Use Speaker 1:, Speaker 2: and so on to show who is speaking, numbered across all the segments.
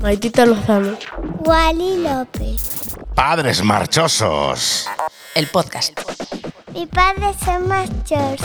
Speaker 1: Maitita Lozano.
Speaker 2: Wally López.
Speaker 3: Padres marchosos.
Speaker 4: El podcast.
Speaker 2: Mi padre es marchoso.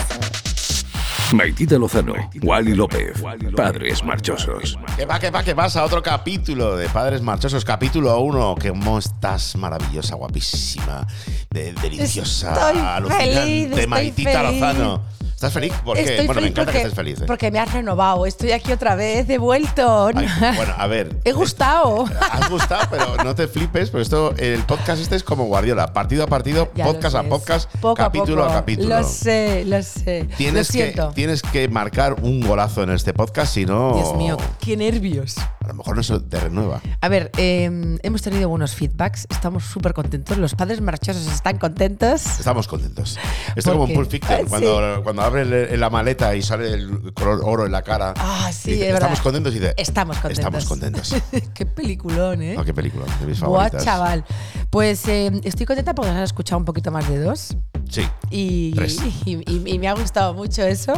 Speaker 5: Maitita Lozano, Wally López, Padres Marchosos.
Speaker 3: Que va, que va, que vas a otro capítulo de Padres Marchosos, capítulo 1. Que cómo estás maravillosa, guapísima, de- deliciosa,
Speaker 6: Estoy
Speaker 3: alucinante,
Speaker 6: feliz, estoy
Speaker 3: Maitita
Speaker 6: feliz.
Speaker 3: Lozano. ¿Estás feliz? ¿Por qué?
Speaker 6: Estoy
Speaker 3: bueno, me
Speaker 6: feliz
Speaker 3: encanta
Speaker 6: porque-
Speaker 3: que estés feliz. ¿eh?
Speaker 6: Porque me has renovado. Estoy aquí otra vez, he vuelto.
Speaker 3: Ay, bueno, a ver. eh,
Speaker 6: He gustado.
Speaker 3: Has gustado, pero no te flipes, porque esto, el podcast este es como Guardiola, partido a partido,
Speaker 6: Ya lo
Speaker 3: podcast a
Speaker 6: sé.
Speaker 3: podcast,
Speaker 6: Poco
Speaker 3: capítulo a,
Speaker 6: poco.
Speaker 3: capítulo.
Speaker 6: Lo sé, lo sé.
Speaker 3: Tienes,
Speaker 6: lo
Speaker 3: que,
Speaker 6: siento.
Speaker 3: tienes que marcar un golazo en este podcast, si no.
Speaker 6: Dios mío, qué nervios.
Speaker 3: A lo mejor no se te renueva.
Speaker 6: A ver, eh, hemos tenido buenos feedbacks, estamos súper contentos, los padres marchosos están contentos.
Speaker 3: Estamos contentos. Esto es
Speaker 6: ¿Por
Speaker 3: como en
Speaker 6: qué?
Speaker 3: Pulp Fiction,
Speaker 6: Ah,
Speaker 3: cuando, cuando abre el- la maleta y sale el color oro en la cara.
Speaker 6: Ah, sí,
Speaker 3: dice,
Speaker 6: es verdad.
Speaker 3: Estamos contentos y dice,
Speaker 6: Estamos contentos.
Speaker 3: Estamos contentos.
Speaker 6: qué peliculón, ¿eh?
Speaker 3: Ah, qué película, de mis
Speaker 6: Buah,
Speaker 3: favoritas.
Speaker 6: chaval. Pues eh, estoy contenta porque nos han escuchado un poquito más de dos.
Speaker 3: Sí.
Speaker 6: Y,
Speaker 3: Tres.
Speaker 6: y- y- y me ha gustado mucho eso.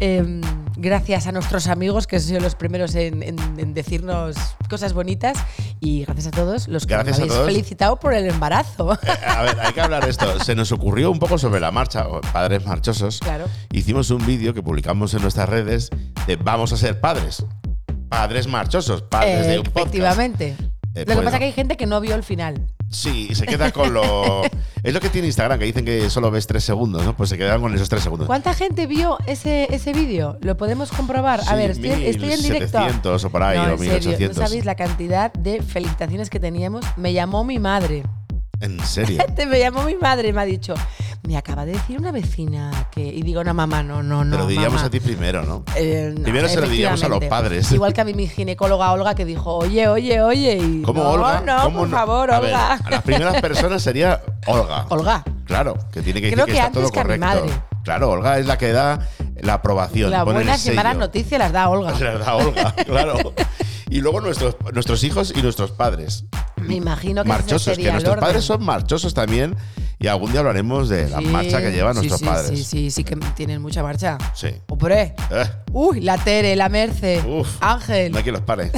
Speaker 6: Eh, gracias a nuestros amigos que han sido los primeros en, en- en decirnos cosas bonitas. Y gracias a todos los que
Speaker 3: Gracias
Speaker 6: me
Speaker 3: a
Speaker 6: habéis
Speaker 3: todos.
Speaker 6: felicitado por el embarazo.
Speaker 3: Eh, A ver, hay que hablar de esto. Se nos ocurrió un poco sobre la marcha, o padres marchosos.
Speaker 6: Claro.
Speaker 3: Hicimos un vídeo que publicamos en nuestras redes de vamos a ser padres. Padres marchosos, padres de ah, un podcast.
Speaker 6: Eh, Efectivamente.
Speaker 3: Eh,
Speaker 6: lo
Speaker 3: pues
Speaker 6: que pasa
Speaker 3: no.
Speaker 6: es que hay gente que no vio el final.
Speaker 3: Sí, se queda con lo. es lo que tiene Instagram, que dicen que solo ves tres segundos, ¿no? Pues se quedan con esos tres segundos.
Speaker 6: ¿Cuánta gente vio ese, ese vídeo? ¿Lo podemos comprobar?
Speaker 3: Sí,
Speaker 6: a ver, estoy, estoy en directo.
Speaker 3: 1700 o por ahí,
Speaker 6: no,
Speaker 3: o
Speaker 6: en serio, no
Speaker 3: 1800.
Speaker 6: sabéis la cantidad de felicitaciones que teníamos. Me llamó mi madre.
Speaker 3: En serio.
Speaker 6: Te- me llamó mi madre y me ha dicho, me acaba de decir una vecina que... Y digo, no, mamá, no, no, no.
Speaker 3: Te lo diríamos
Speaker 6: mamá".
Speaker 3: a ti primero, ¿no?
Speaker 6: Eh, no,
Speaker 3: Primero se lo diríamos a los
Speaker 6: efectivamente.
Speaker 3: padres.
Speaker 6: Igual que a mí mi ginecóloga Olga que dijo, oye, oye, oye. Y,
Speaker 3: ¿Cómo
Speaker 6: no,
Speaker 3: Olga?
Speaker 6: No,
Speaker 3: ¿Cómo
Speaker 6: por favor,
Speaker 3: A ver,
Speaker 6: Olga.
Speaker 3: a las primeras personas sería Olga.
Speaker 6: Olga.
Speaker 3: Claro, que tiene que decir
Speaker 6: Creo
Speaker 3: que,
Speaker 6: que
Speaker 3: está
Speaker 6: antes
Speaker 3: todo
Speaker 6: que a mi
Speaker 3: correcto.
Speaker 6: madre.
Speaker 3: Claro, Olga es la que da la aprobación.
Speaker 6: Las
Speaker 3: pone el
Speaker 6: buenas y
Speaker 3: sello.
Speaker 6: malas noticias las da Olga.
Speaker 3: Las da Olga, claro. Y luego nuestros, nuestros hijos y nuestros padres.
Speaker 6: Me imagino que ese
Speaker 3: marchosos,
Speaker 6: sería
Speaker 3: que
Speaker 6: el
Speaker 3: nuestros
Speaker 6: orden.
Speaker 3: padres son marchosos también. Y algún día hablaremos de la
Speaker 6: Sí,
Speaker 3: marcha que llevan
Speaker 6: sí,
Speaker 3: nuestros
Speaker 6: sí,
Speaker 3: padres.
Speaker 6: Sí, sí, sí, que tienen mucha marcha.
Speaker 3: Sí.
Speaker 6: Hombre.
Speaker 3: Eh,
Speaker 6: Uy, la Tere, la Merce,
Speaker 3: Uf.
Speaker 6: Ángel.
Speaker 3: no hay quien los pare.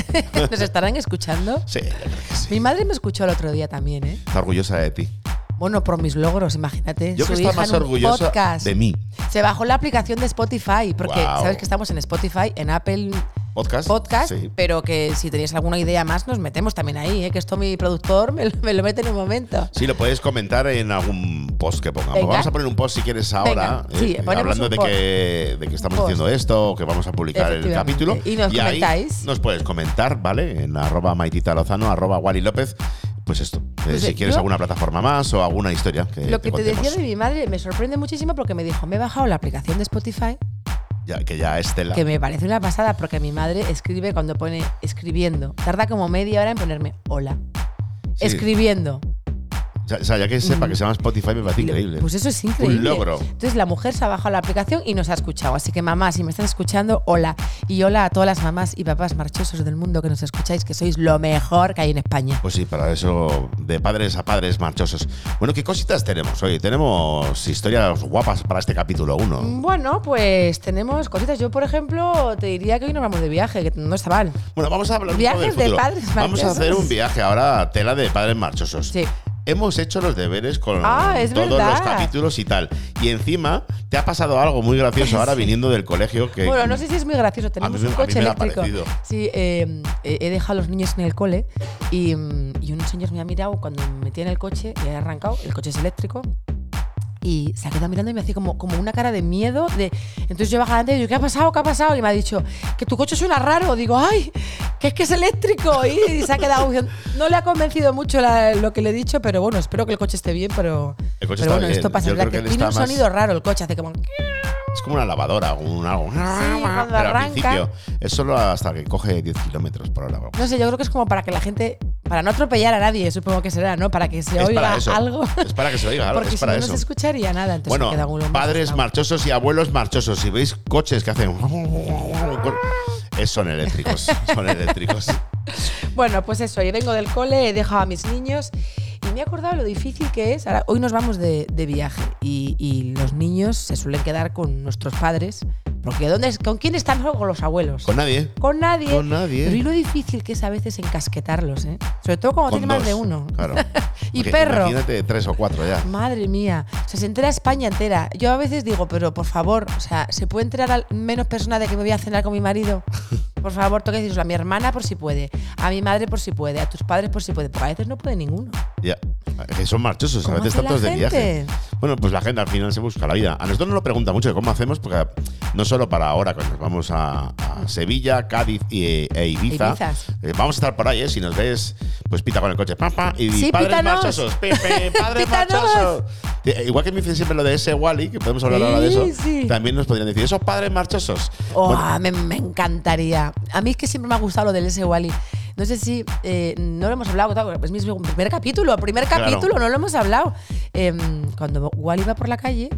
Speaker 6: ¿Nos estarán escuchando?
Speaker 3: Sí, yo creo que sí.
Speaker 6: Mi madre me escuchó el otro día también, ¿eh?
Speaker 3: Está orgullosa de ti.
Speaker 6: Bueno, por mis logros, imagínate.
Speaker 3: Yo
Speaker 6: Su
Speaker 3: que está
Speaker 6: hija
Speaker 3: más
Speaker 6: en un
Speaker 3: orgullosa
Speaker 6: podcast.
Speaker 3: de mí.
Speaker 6: Se bajó la aplicación de Spotify, porque
Speaker 3: Guau.
Speaker 6: sabes que estamos en Spotify, en Apple
Speaker 3: ¿Podcast?
Speaker 6: Podcast,
Speaker 3: Sí.
Speaker 6: pero que si tenéis alguna idea más, nos metemos también ahí, ¿eh? que esto mi productor me lo, me lo mete en un momento.
Speaker 3: Sí, lo puedes comentar en algún post que pongamos.
Speaker 6: Venga.
Speaker 3: Vamos a poner un post si quieres ahora,
Speaker 6: Venga, sí,
Speaker 3: eh,
Speaker 6: ponemos
Speaker 3: hablando
Speaker 6: un
Speaker 3: de
Speaker 6: post.
Speaker 3: que, de que estamos
Speaker 6: post.
Speaker 3: haciendo esto, o que vamos a publicar el
Speaker 6: Efectivamente.
Speaker 3: capítulo.
Speaker 6: Y nos
Speaker 3: ahí
Speaker 6: comentáis.
Speaker 3: nos puedes comentar, ¿vale? En arroba maitita lozano, arroba wally lópez. Pues esto. Eh,
Speaker 6: Pues,
Speaker 3: si
Speaker 6: eh,
Speaker 3: quieres
Speaker 6: yo-
Speaker 3: alguna plataforma más o alguna historia que
Speaker 6: lo que te
Speaker 3: contemos.
Speaker 6: decía de mi madre me sorprende muchísimo porque me dijo, me he bajado la aplicación de Spotify,
Speaker 3: Ya- que ya es tela.
Speaker 6: que me parece una pasada porque mi madre escribe cuando pone escribiendo. Tarda como media hora en ponerme hola.
Speaker 3: Sí.
Speaker 6: Escribiendo.
Speaker 3: O sea, ya que sepa
Speaker 6: Mm.
Speaker 3: que se llama Spotify me parece increíble.
Speaker 6: Pues eso es increíble.
Speaker 3: Un logro.
Speaker 6: Entonces la mujer se ha bajado la aplicación y nos ha escuchado. Así que mamá, si me estás escuchando, hola. Y hola a todas las mamás y papás marchosos del mundo que nos escucháis, que sois lo mejor que hay en España.
Speaker 3: Pues sí, para eso, de padres a padres marchosos. Bueno, ¿qué cositas tenemos hoy? Tenemos historias guapas para este capítulo 1.
Speaker 6: Bueno, pues tenemos cositas. Yo, por ejemplo, te diría que hoy nos vamos de viaje, que no está mal.
Speaker 3: Bueno, vamos a hablar un poco del
Speaker 6: Viajes de
Speaker 3: futuro.
Speaker 6: padres
Speaker 3: Vamos a
Speaker 6: marchosos.
Speaker 3: hacer un viaje ahora a tela de padres marchosos.
Speaker 6: Sí.
Speaker 3: Hemos hecho los deberes con
Speaker 6: Ah, es
Speaker 3: todos
Speaker 6: verdad.
Speaker 3: los capítulos y tal. Y encima te ha pasado algo muy gracioso ahora viniendo del colegio que mm,
Speaker 6: Bueno, no sé si es muy gracioso.
Speaker 3: A
Speaker 6: Tenemos
Speaker 3: mí me-
Speaker 6: un
Speaker 3: a mí
Speaker 6: coche
Speaker 3: me lo ha
Speaker 6: eléctrico.
Speaker 3: parecido.
Speaker 6: Sí, eh, eh, he dejado a los niños en el cole y, mm, y un señor me ha mirado cuando me metí en el coche y he arrancado. El coche es eléctrico. Y se ha quedado mirando y me hace como, como una cara de miedo. De... Entonces yo bajo adelante y digo, ¿qué ha pasado? ¿Qué ha pasado? Y me ha dicho, que tu coche suena raro. Digo, ¡ay! Que es que es eléctrico. Y se ha quedado. No le ha convencido mucho la- lo que le he dicho, pero bueno, espero que el coche esté bien. Pero,
Speaker 3: El coche
Speaker 6: pero
Speaker 3: Pues está
Speaker 6: bueno,
Speaker 3: bien.
Speaker 6: esto pasa.
Speaker 3: Yo
Speaker 6: ¿verdad?
Speaker 3: creo que él
Speaker 6: Que tiene un
Speaker 3: está más-
Speaker 6: sonido raro el coche, hace como.
Speaker 3: es como una lavadora, un algo.
Speaker 6: cuando
Speaker 3: Pero al
Speaker 6: arranca.
Speaker 3: principio es solo hasta que coge 10 kilómetros por hora.
Speaker 6: No sé, yo creo que es como para que la gente. Para no atropellar a nadie, supongo que será, ¿no? Para que se
Speaker 3: Es para
Speaker 6: oiga
Speaker 3: eso.
Speaker 6: algo.
Speaker 3: Es para que se oiga, claro, es
Speaker 6: Porque si
Speaker 3: para
Speaker 6: no,
Speaker 3: eso.
Speaker 6: no se escucharía nada. Entonces
Speaker 3: Bueno,
Speaker 6: me queda algún hombre
Speaker 3: padres
Speaker 6: asustado.
Speaker 3: marchosos y abuelos marchosos. Si veis coches que hacen. es- Son eléctricos. Son eléctricos.
Speaker 6: Bueno, pues eso, yo vengo del cole, he dejado a mis niños y me he acordado lo difícil que es. Ahora, hoy nos vamos de, de viaje y, y los niños se suelen quedar con nuestros padres Porque ¿dónde es- ¿con quién están con los abuelos?
Speaker 3: Con nadie.
Speaker 6: Con nadie.
Speaker 3: Con nadie.
Speaker 6: Pero y lo difícil que es a veces encasquetarlos, ¿eh? Sobre todo cuando
Speaker 3: Con
Speaker 6: tienen más de
Speaker 3: dos,
Speaker 6: uno.
Speaker 3: Claro.
Speaker 6: Y
Speaker 3: Porque
Speaker 6: perro.
Speaker 3: Imagínate tres o cuatro ya.
Speaker 6: Madre mía, o sea, se entera España entera. Yo a veces digo, pero por favor, o sea, ¿se puede enterar al menos personas de que me voy a cenar con mi marido? Por favor, toca decirlo a mi hermana por si puede, a mi madre por si puede, a tus padres por si puede, porque a veces no puede ninguno.
Speaker 3: Ya. Que son marchosos, a
Speaker 6: ¿Cómo
Speaker 3: veces
Speaker 6: hace la
Speaker 3: tantos de viaje.
Speaker 6: gente?
Speaker 3: Bueno, pues la gente al final se busca la vida. A nosotros nos lo pregunta mucho de cómo hacemos, porque no solo para ahora, cuando nos vamos a, a Sevilla, Cádiz y, e, e Ibiza.
Speaker 6: Ibizas.
Speaker 3: eh, vamos a estar por ahí, ¿eh? Si nos ves, pues pita con el coche. Papa y
Speaker 6: Sí,
Speaker 3: padres
Speaker 6: pítanos.
Speaker 3: marchosos. Pepe, padres
Speaker 6: Pítanos.
Speaker 3: marchosos. Eh, Igual que me dicen siempre lo de ese Wally, que podemos hablar ahora de eso.
Speaker 6: Sí, sí.
Speaker 3: También nos podrían decir, esos padres marchosos.
Speaker 6: Oh,
Speaker 3: Bueno,
Speaker 6: me, me encantaría. A mí es que siempre me ha gustado lo del S. Wally. No sé si eh, no lo hemos hablado, claro, es mi primer capítulo, primer
Speaker 3: Claro.
Speaker 6: capítulo, no lo hemos hablado. Em, cuando Wally va por la calle,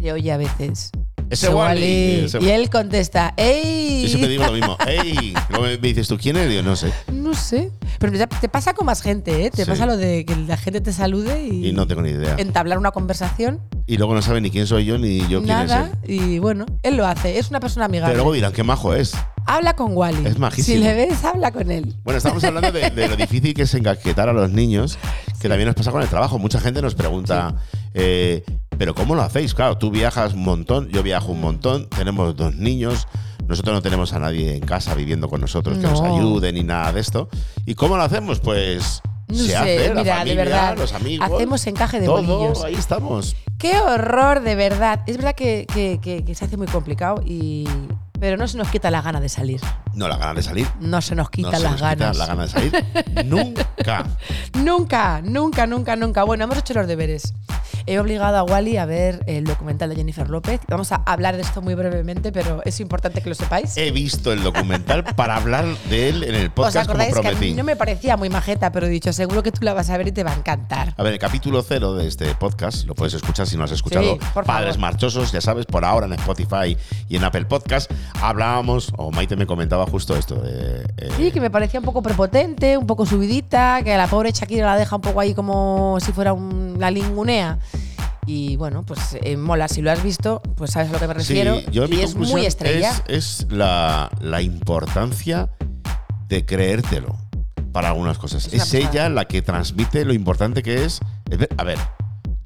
Speaker 6: se oye a veces.
Speaker 3: Ese
Speaker 6: "Ese
Speaker 3: Wally".
Speaker 6: Wally".
Speaker 3: Ese-
Speaker 6: Y él contesta,
Speaker 3: yo siempre
Speaker 6: ¡Ey!
Speaker 3: digo lo mismo. ¡Ey! Luego me me dices tú, ¿quién eres? Yo no sé.
Speaker 6: No sé. Pero te- te pasa con más gente, ¿eh? Te
Speaker 3: Sí.
Speaker 6: pasa lo de que la gente te salude y,
Speaker 3: Y no tengo ni idea.
Speaker 6: entablar una conversación.
Speaker 3: Y luego no sabe ni quién soy yo ni yo quién es
Speaker 6: nada.
Speaker 3: él.
Speaker 6: Y bueno, él lo hace. Es una persona
Speaker 3: Pero
Speaker 6: amigable.
Speaker 3: luego dirán, qué majo es.
Speaker 6: Habla con Wally.
Speaker 3: Es majísimo.
Speaker 6: Si le ves, habla con él.
Speaker 3: Bueno, estamos hablando de, de lo difícil que es encaquetar a los niños, que también nos pasa con el trabajo. Mucha gente nos pregunta, eh, ¿pero cómo lo hacéis? Claro, tú viajas un montón, yo viajo un montón, tenemos dos niños, nosotros no tenemos a nadie en casa viviendo con nosotros que nos
Speaker 6: No.
Speaker 3: ayude ni nada de esto. ¿Y cómo lo hacemos? Pues
Speaker 6: No
Speaker 3: se
Speaker 6: sé,
Speaker 3: hace, la
Speaker 6: mira,
Speaker 3: familia,
Speaker 6: de verdad.
Speaker 3: los amigos.
Speaker 6: Hacemos encaje de
Speaker 3: todo,
Speaker 6: bolillos.
Speaker 3: ahí estamos.
Speaker 6: Qué horror, de verdad. Es verdad que, que- que- que se hace muy complicado y. Pero no se nos quita la gana de salir.
Speaker 3: No, la gana de salir.
Speaker 6: No se nos
Speaker 3: No
Speaker 6: quita
Speaker 3: se
Speaker 6: las
Speaker 3: nos quita
Speaker 6: ganas.
Speaker 3: la gana de salir. Nunca.
Speaker 6: Nunca, nunca, nunca, nunca. Bueno, hemos hecho los deberes. He obligado a Wally a ver el documental de Jennifer López. Vamos a hablar de esto muy brevemente, pero es importante que lo sepáis.
Speaker 3: He visto el documental para hablar de él en el
Speaker 6: ¿Os
Speaker 3: podcast como
Speaker 6: acordáis que a
Speaker 3: prometí.
Speaker 6: mí no me parecía muy majeta, pero he dicho, seguro que tú la vas a ver y te va a encantar.
Speaker 3: A ver, el capítulo cero de este podcast lo puedes escuchar si no has escuchado.
Speaker 6: Sí, por favor.
Speaker 3: Padres Marchosos, ya sabes, por ahora en Spotify y en Apple Podcast hablábamos, o Maite me comentaba justo esto de. eh,
Speaker 6: Sí, que me parecía un poco prepotente, un poco subidita, que a la pobre Shakira la deja un poco ahí como si fuera un- la lingunea. Y bueno, pues eh, mola, si lo has visto, pues sabes a lo que me
Speaker 3: sí,
Speaker 6: refiero.
Speaker 3: yo mi
Speaker 6: y es
Speaker 3: conclusión
Speaker 6: muy estrella.
Speaker 3: Es, es la, la importancia de creértelo para algunas cosas.
Speaker 6: Es
Speaker 3: Es,
Speaker 6: una pasada.
Speaker 3: ella la que transmite lo importante que es. es ver- A ver.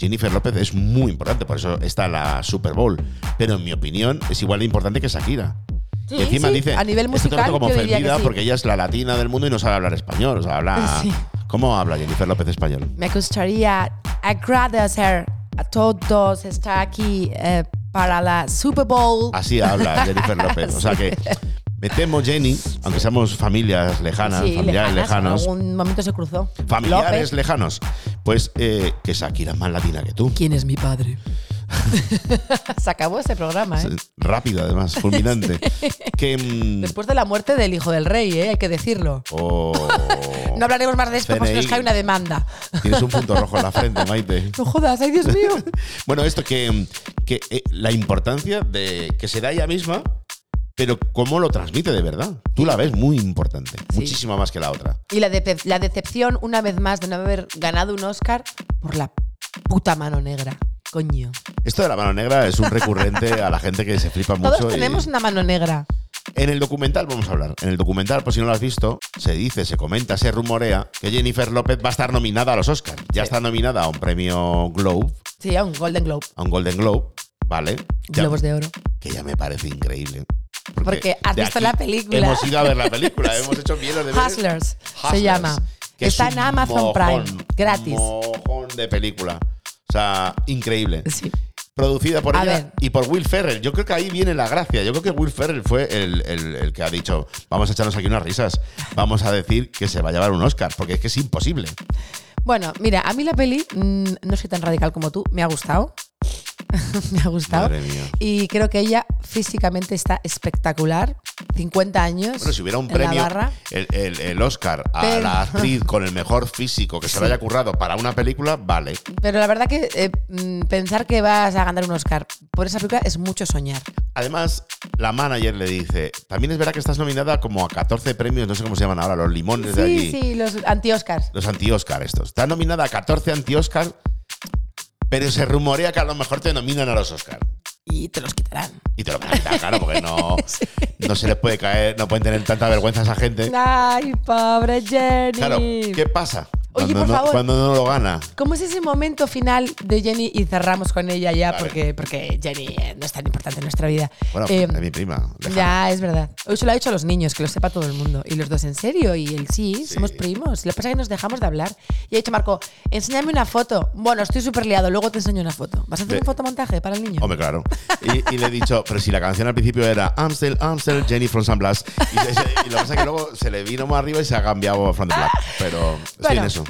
Speaker 3: Jennifer López es muy importante, por eso está en la Super Bowl. Pero en mi opinión es igual de importante que Shakira.
Speaker 6: Sí,
Speaker 3: y encima
Speaker 6: sí,
Speaker 3: dice,
Speaker 6: a nivel
Speaker 3: "Estoy todo el rato
Speaker 6: musical,
Speaker 3: como
Speaker 6: yo diría que
Speaker 3: ofendida
Speaker 6: sí.
Speaker 3: porque ella es la latina del mundo y no sabe hablar español. O sea, habla.
Speaker 6: Sí.
Speaker 3: ¿Cómo habla Jennifer López español?
Speaker 6: Me gustaría agradecer a todos estar aquí eh, para la Super Bowl.
Speaker 3: Así habla Jennifer López. O sea que me temo, Jenny, aunque seamos familias lejanas,
Speaker 6: Sí,
Speaker 3: familiares
Speaker 6: lejanas,
Speaker 3: lejanos,
Speaker 6: En algún momento se cruzó.
Speaker 3: familiares
Speaker 6: López.
Speaker 3: lejanos, pues eh, que Shakira es más latina que tú.
Speaker 6: ¿Quién es mi padre? se acabó ese programa, ¿eh?
Speaker 3: Rápido, además, fulminante. Que. mm,
Speaker 6: Después de la muerte del hijo del rey, ¿eh? hay que decirlo.
Speaker 3: oh,
Speaker 6: No hablaremos más de esto porque
Speaker 3: CNI.
Speaker 6: nos cae una demanda.
Speaker 3: Tienes un punto rojo en la frente, Maite.
Speaker 6: No jodas, ay Dios mío.
Speaker 3: Bueno, esto que, que, eh, la importancia de que se da ella misma, pero cómo lo transmite de verdad. Tú la ves muy importante,
Speaker 6: Sí.
Speaker 3: muchísimo más que la otra.
Speaker 6: Y la, depe- la decepción, una vez más, de no haber ganado un Oscar por la puta mano negra. Coño.
Speaker 3: Esto de la mano negra es un recurrente a la gente que se flipa mucho.
Speaker 6: Todos
Speaker 3: y-
Speaker 6: tenemos una mano negra.
Speaker 3: En el documental vamos a hablar. En el documental, por si no lo has visto, se dice, se comenta, se rumorea que Jennifer López va a estar nominada a los Oscars. Ya
Speaker 6: Sí.
Speaker 3: está nominada a un premio Globe,
Speaker 6: Sí, a un Golden Globe.
Speaker 3: a un Golden Globe, ¿vale? Ya-
Speaker 6: Globos de oro.
Speaker 3: que ya me parece increíble.
Speaker 6: Porque has
Speaker 3: de
Speaker 6: visto
Speaker 3: aquí
Speaker 6: la película.
Speaker 3: Hemos ido a ver la película, hemos hecho bien los deberes.
Speaker 6: Hustlers, se
Speaker 3: Hustlers,
Speaker 6: llama.
Speaker 3: que es
Speaker 6: Está en
Speaker 3: un
Speaker 6: Amazon
Speaker 3: mojón,
Speaker 6: Prime, gratis.
Speaker 3: Mojón de película. O sea, increíble.
Speaker 6: Sí.
Speaker 3: Producida por
Speaker 6: A
Speaker 3: ella
Speaker 6: ver.
Speaker 3: y por Will Ferrell. Yo creo que ahí viene la gracia. Yo creo que Will Ferrell fue el, el- el que ha dicho, vamos a echarnos aquí unas risas. Vamos a decir que se va a llevar un Oscar, porque es que es imposible.
Speaker 6: Bueno, mira, a mí la peli, mm, no soy tan radical como tú, me ha gustado. me ha gustado.
Speaker 3: Madre mía.
Speaker 6: Y creo que ella físicamente está espectacular. 50 años.
Speaker 3: Bueno, si hubiera un
Speaker 6: en La
Speaker 3: premio,
Speaker 6: barra.
Speaker 3: el, el- el Oscar a
Speaker 6: Pero-
Speaker 3: la actriz con el mejor físico que se le haya currado para una película, vale.
Speaker 6: Pero la verdad que eh, mm, pensar que vas a ganar un Oscar por esa película es mucho soñar.
Speaker 3: Además, la manager le dice, también es verdad que estás nominada como a 14 premios, no sé cómo se llaman ahora, los limones de allí.
Speaker 6: Sí, sí, los anti-Oscars.
Speaker 3: Los anti-Oscar estos. Estás nominada a 14 anti-Oscar, pero se rumorea que a lo mejor te nominan a los Oscar.
Speaker 6: y te los quitarán.
Speaker 3: Y te lo van a quitar, claro, porque no, no se les puede caer, no pueden tener tanta vergüenza a esa gente.
Speaker 6: Ay, pobre Jenny.
Speaker 3: Eh. Claro, ¿qué pasa?
Speaker 6: Oye,
Speaker 3: cuando,
Speaker 6: por
Speaker 3: no,
Speaker 6: favor.
Speaker 3: cuando no lo gana.
Speaker 6: ¿Cómo es ese momento final de Jenny y cerramos con ella ya
Speaker 3: Vale.
Speaker 6: porque, porque Jenny eh, no es tan importante en nuestra vida?
Speaker 3: Bueno, pues,
Speaker 6: Eh,
Speaker 3: es mi prima. déjala.
Speaker 6: ya, es verdad. Hoy se lo ha hecho a los niños, que lo sepa todo el mundo. Y los dos, ¿en serio? Y él, sí, somos primos. Lo que pasa es que nos dejamos de hablar. Y ha dicho Marco, enséñame una foto. Bueno, estoy súper liado, luego te enseño una foto. ¿Vas a hacer
Speaker 3: Ve-
Speaker 6: un fotomontaje para el niño?
Speaker 3: Hombre, claro. Y, y le he dicho, pero si la canción al principio era Amstel, Amstel, Jenny from San Blas. Y, se- se- y lo que pasa es que luego se le vino más arriba y se ha cambiado a Fran de Black. Pero estoy
Speaker 6: Bueno.
Speaker 3: en eso.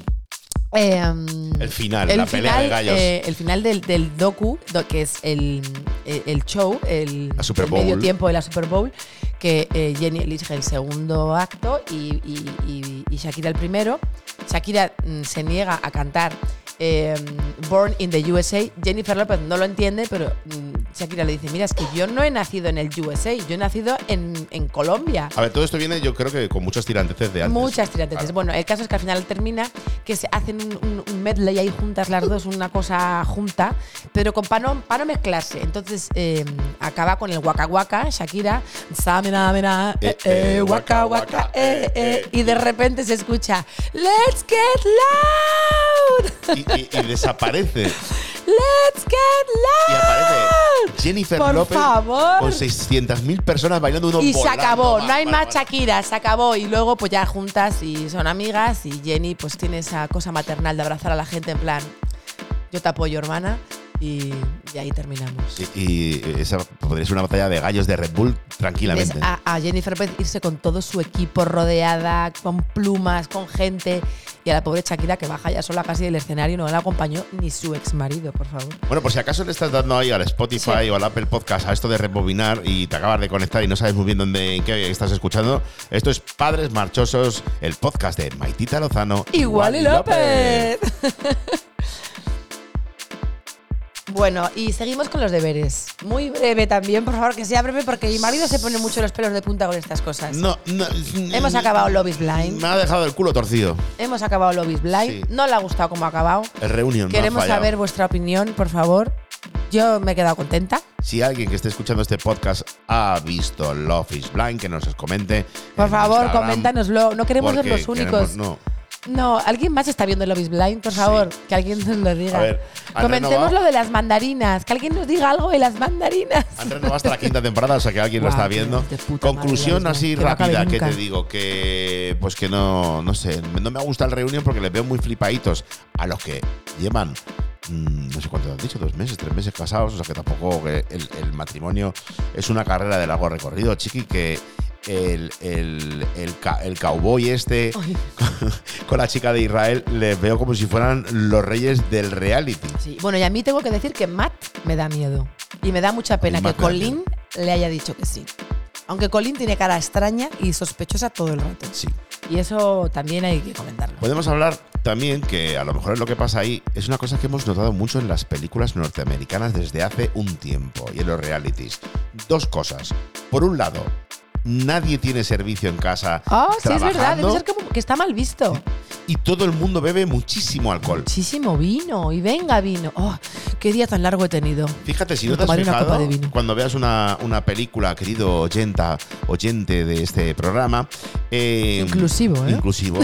Speaker 6: Eh, mm,
Speaker 3: El final, la pelea de gallos.
Speaker 6: eh, el final del, del docu, do- que es el, eh, el show, el,
Speaker 3: La Super
Speaker 6: el medio
Speaker 3: Bowl.
Speaker 6: tiempo de la Super Bowl, que eh, Jenny elige el segundo acto y, y- y- y Shakira el primero. Shakira mm, se niega a cantar eh, Born in the USA. Jennifer López no lo entiende, pero mm, Shakira le dice, mira, es que yo no he nacido en el USA, yo he nacido en, en Colombia.
Speaker 3: A ver, todo esto viene, yo creo que con muchas tiranteces de antes.
Speaker 6: Muchas tirateces.
Speaker 3: Claro.
Speaker 6: Bueno, el caso es que al final termina que se hacen un, un- un medley ahí juntas las dos, una cosa junta, pero con para no, pa no mezclarse. Entonces eh, acaba con el waka waka, Shakira, samina, mina, eh, eh, waka waka, eh, eh, y de repente se escucha, let's get loud,
Speaker 3: Y, y- y desaparece.
Speaker 6: let's
Speaker 3: Y
Speaker 6: get loud.
Speaker 3: aparece Jennifer
Speaker 6: ¡Ah! Por
Speaker 3: López
Speaker 6: favor.
Speaker 3: con 600.000 personas bailando unos
Speaker 6: Y se
Speaker 3: volando,
Speaker 6: acabó,
Speaker 3: va,
Speaker 6: no hay
Speaker 3: va,
Speaker 6: más
Speaker 3: va.
Speaker 6: Shakira, se acabó. Y luego pues ya juntas y son amigas y Jenny pues tiene esa cosa maternal de abrazar a la gente en plan, yo te apoyo hermana y, y ahí terminamos.
Speaker 3: Y, y esa podría ser una batalla de gallos de Red Bull
Speaker 6: Ves
Speaker 3: tranquilamente.
Speaker 6: a, a Jennifer López irse con todo su equipo rodeada, con plumas, con gente y a la pobre Shakira que baja ya sola casi del escenario no la acompañó ni su ex marido, por favor.
Speaker 3: Bueno, por si acaso le estás dando ahí al Spotify
Speaker 6: Sí.
Speaker 3: o al Apple Podcast a esto de rebobinar y te acabas de conectar y no sabes muy bien dónde en qué estás escuchando, esto es Padres Marchosos, el podcast de Maitita Lozano
Speaker 6: y Wally López. Bueno, y seguimos con los deberes. Muy breve también, por favor, que sea breve, porque mi marido se pone mucho los pelos de punta con estas cosas.
Speaker 3: No, no,
Speaker 6: Hemos acabado Lobby's Blind.
Speaker 3: Me ha dejado el culo torcido.
Speaker 6: Hemos acabado Lobby's Blind.
Speaker 3: Sí.
Speaker 6: No le ha gustado cómo ha acabado.
Speaker 3: El reunión. me ha
Speaker 6: Queremos
Speaker 3: fallado.
Speaker 6: saber vuestra opinión, por favor. Yo me he quedado contenta.
Speaker 3: Si alguien que esté escuchando este podcast ha visto Love is Blind, que nos comente.
Speaker 6: Por
Speaker 3: en
Speaker 6: favor,
Speaker 3: Instagram,
Speaker 6: coméntanoslo. No queremos ser
Speaker 3: porque
Speaker 6: los únicos.
Speaker 3: queremos- no.
Speaker 6: No, alguien más está viendo Love is Blind, por favor, que alguien nos lo diga.
Speaker 3: A ver, han
Speaker 6: Comentemos
Speaker 3: renovado-
Speaker 6: lo de las mandarinas, que alguien nos diga algo de las mandarinas.
Speaker 3: Han renovado hasta la quinta temporada, o sea que alguien lo
Speaker 6: Guau,
Speaker 3: está
Speaker 6: tío,
Speaker 3: viendo.
Speaker 6: de puta madre,
Speaker 3: Conclusión
Speaker 6: Dios mío,
Speaker 3: así
Speaker 6: que no acabe
Speaker 3: rápida que te
Speaker 6: nunca.
Speaker 3: digo, que pues que no, no sé, no me gusta el reunión porque les veo muy flipaditos a los que llevan, mm, no sé cuánto han dicho, dos meses, tres meses casados, o sea que tampoco que el, el matrimonio es una carrera de largo recorrido, chiqui, que el, el, el, ca- el cowboy este
Speaker 6: Ay.
Speaker 3: con la chica de Israel les veo como si fueran los reyes del reality.
Speaker 6: Sí, Bueno, y a mí tengo que decir que Matt me da miedo. Y me da mucha pena
Speaker 3: mí
Speaker 6: que
Speaker 3: Matt me da
Speaker 6: Colin le haya dicho que sí. Aunque Colin tiene cara extraña y sospechosa todo el rato.
Speaker 3: Sí.
Speaker 6: Y eso también hay que comentarlo.
Speaker 3: Podemos hablar también que a lo mejor es lo que pasa ahí. Es una cosa que hemos notado mucho en las películas norteamericanas desde hace un tiempo y en los realities. Dos cosas. Por un lado, nadie tiene servicio en casa
Speaker 6: Oh, sí, es verdad.
Speaker 3: trabajando
Speaker 6: Debe ser como que está mal visto.
Speaker 3: y todo el mundo bebe muchísimo alcohol.
Speaker 6: Muchísimo vino. Y venga, vino. Oh, qué día tan largo he tenido.
Speaker 3: Fíjate, si no te has
Speaker 6: Tomaré una copa
Speaker 3: fijado,
Speaker 6: de vino.
Speaker 3: cuando veas una, una película, querido oyenta, oyente de este programa. eh,
Speaker 6: Inclusivo, ¿eh?
Speaker 3: Inclusivo.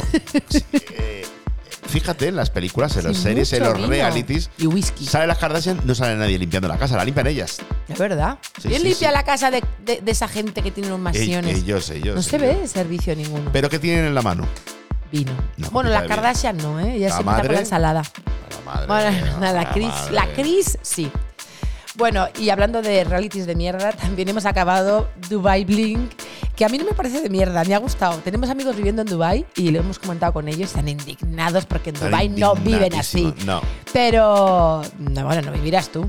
Speaker 3: sí, eh, fíjate en las películas, en las
Speaker 6: Sí,
Speaker 3: series, en
Speaker 6: mucho
Speaker 3: los
Speaker 6: vino.
Speaker 3: realities.
Speaker 6: Y whisky.
Speaker 3: Sale las Kardashian, no sale nadie limpiando la casa, la limpian ellas.
Speaker 6: Es verdad.
Speaker 3: Sí,
Speaker 6: Bien
Speaker 3: sí,
Speaker 6: limpia
Speaker 3: sí.
Speaker 6: la casa de, de- de esa gente que tiene unos
Speaker 3: Ell-
Speaker 6: mansiones.
Speaker 3: Ellos, ellos.
Speaker 6: no se
Speaker 3: ellos.
Speaker 6: ve servicio ninguno.
Speaker 3: ¿Pero qué tienen en la mano?
Speaker 6: vino.
Speaker 3: No, copita
Speaker 6: bueno, la
Speaker 3: de vino.
Speaker 6: Kardashian no, ¿eh? Ella
Speaker 3: La
Speaker 6: se mata con
Speaker 3: madre.
Speaker 6: la ensalada.
Speaker 3: La madre.
Speaker 6: Bueno,
Speaker 3: mía,
Speaker 6: la,
Speaker 3: la
Speaker 6: Cris,
Speaker 3: madre.
Speaker 6: la Cris, sí. Bueno, y hablando de realities de mierda, también hemos acabado Dubai Blink, que a mí no me parece de mierda, me ha gustado. Tenemos amigos viviendo en Dubai y lo hemos comentado con ellos, están indignados porque en
Speaker 3: Están
Speaker 6: Dubai no viven así.
Speaker 3: indignadísimos. No,
Speaker 6: Pero, no, bueno, no vivirás tú.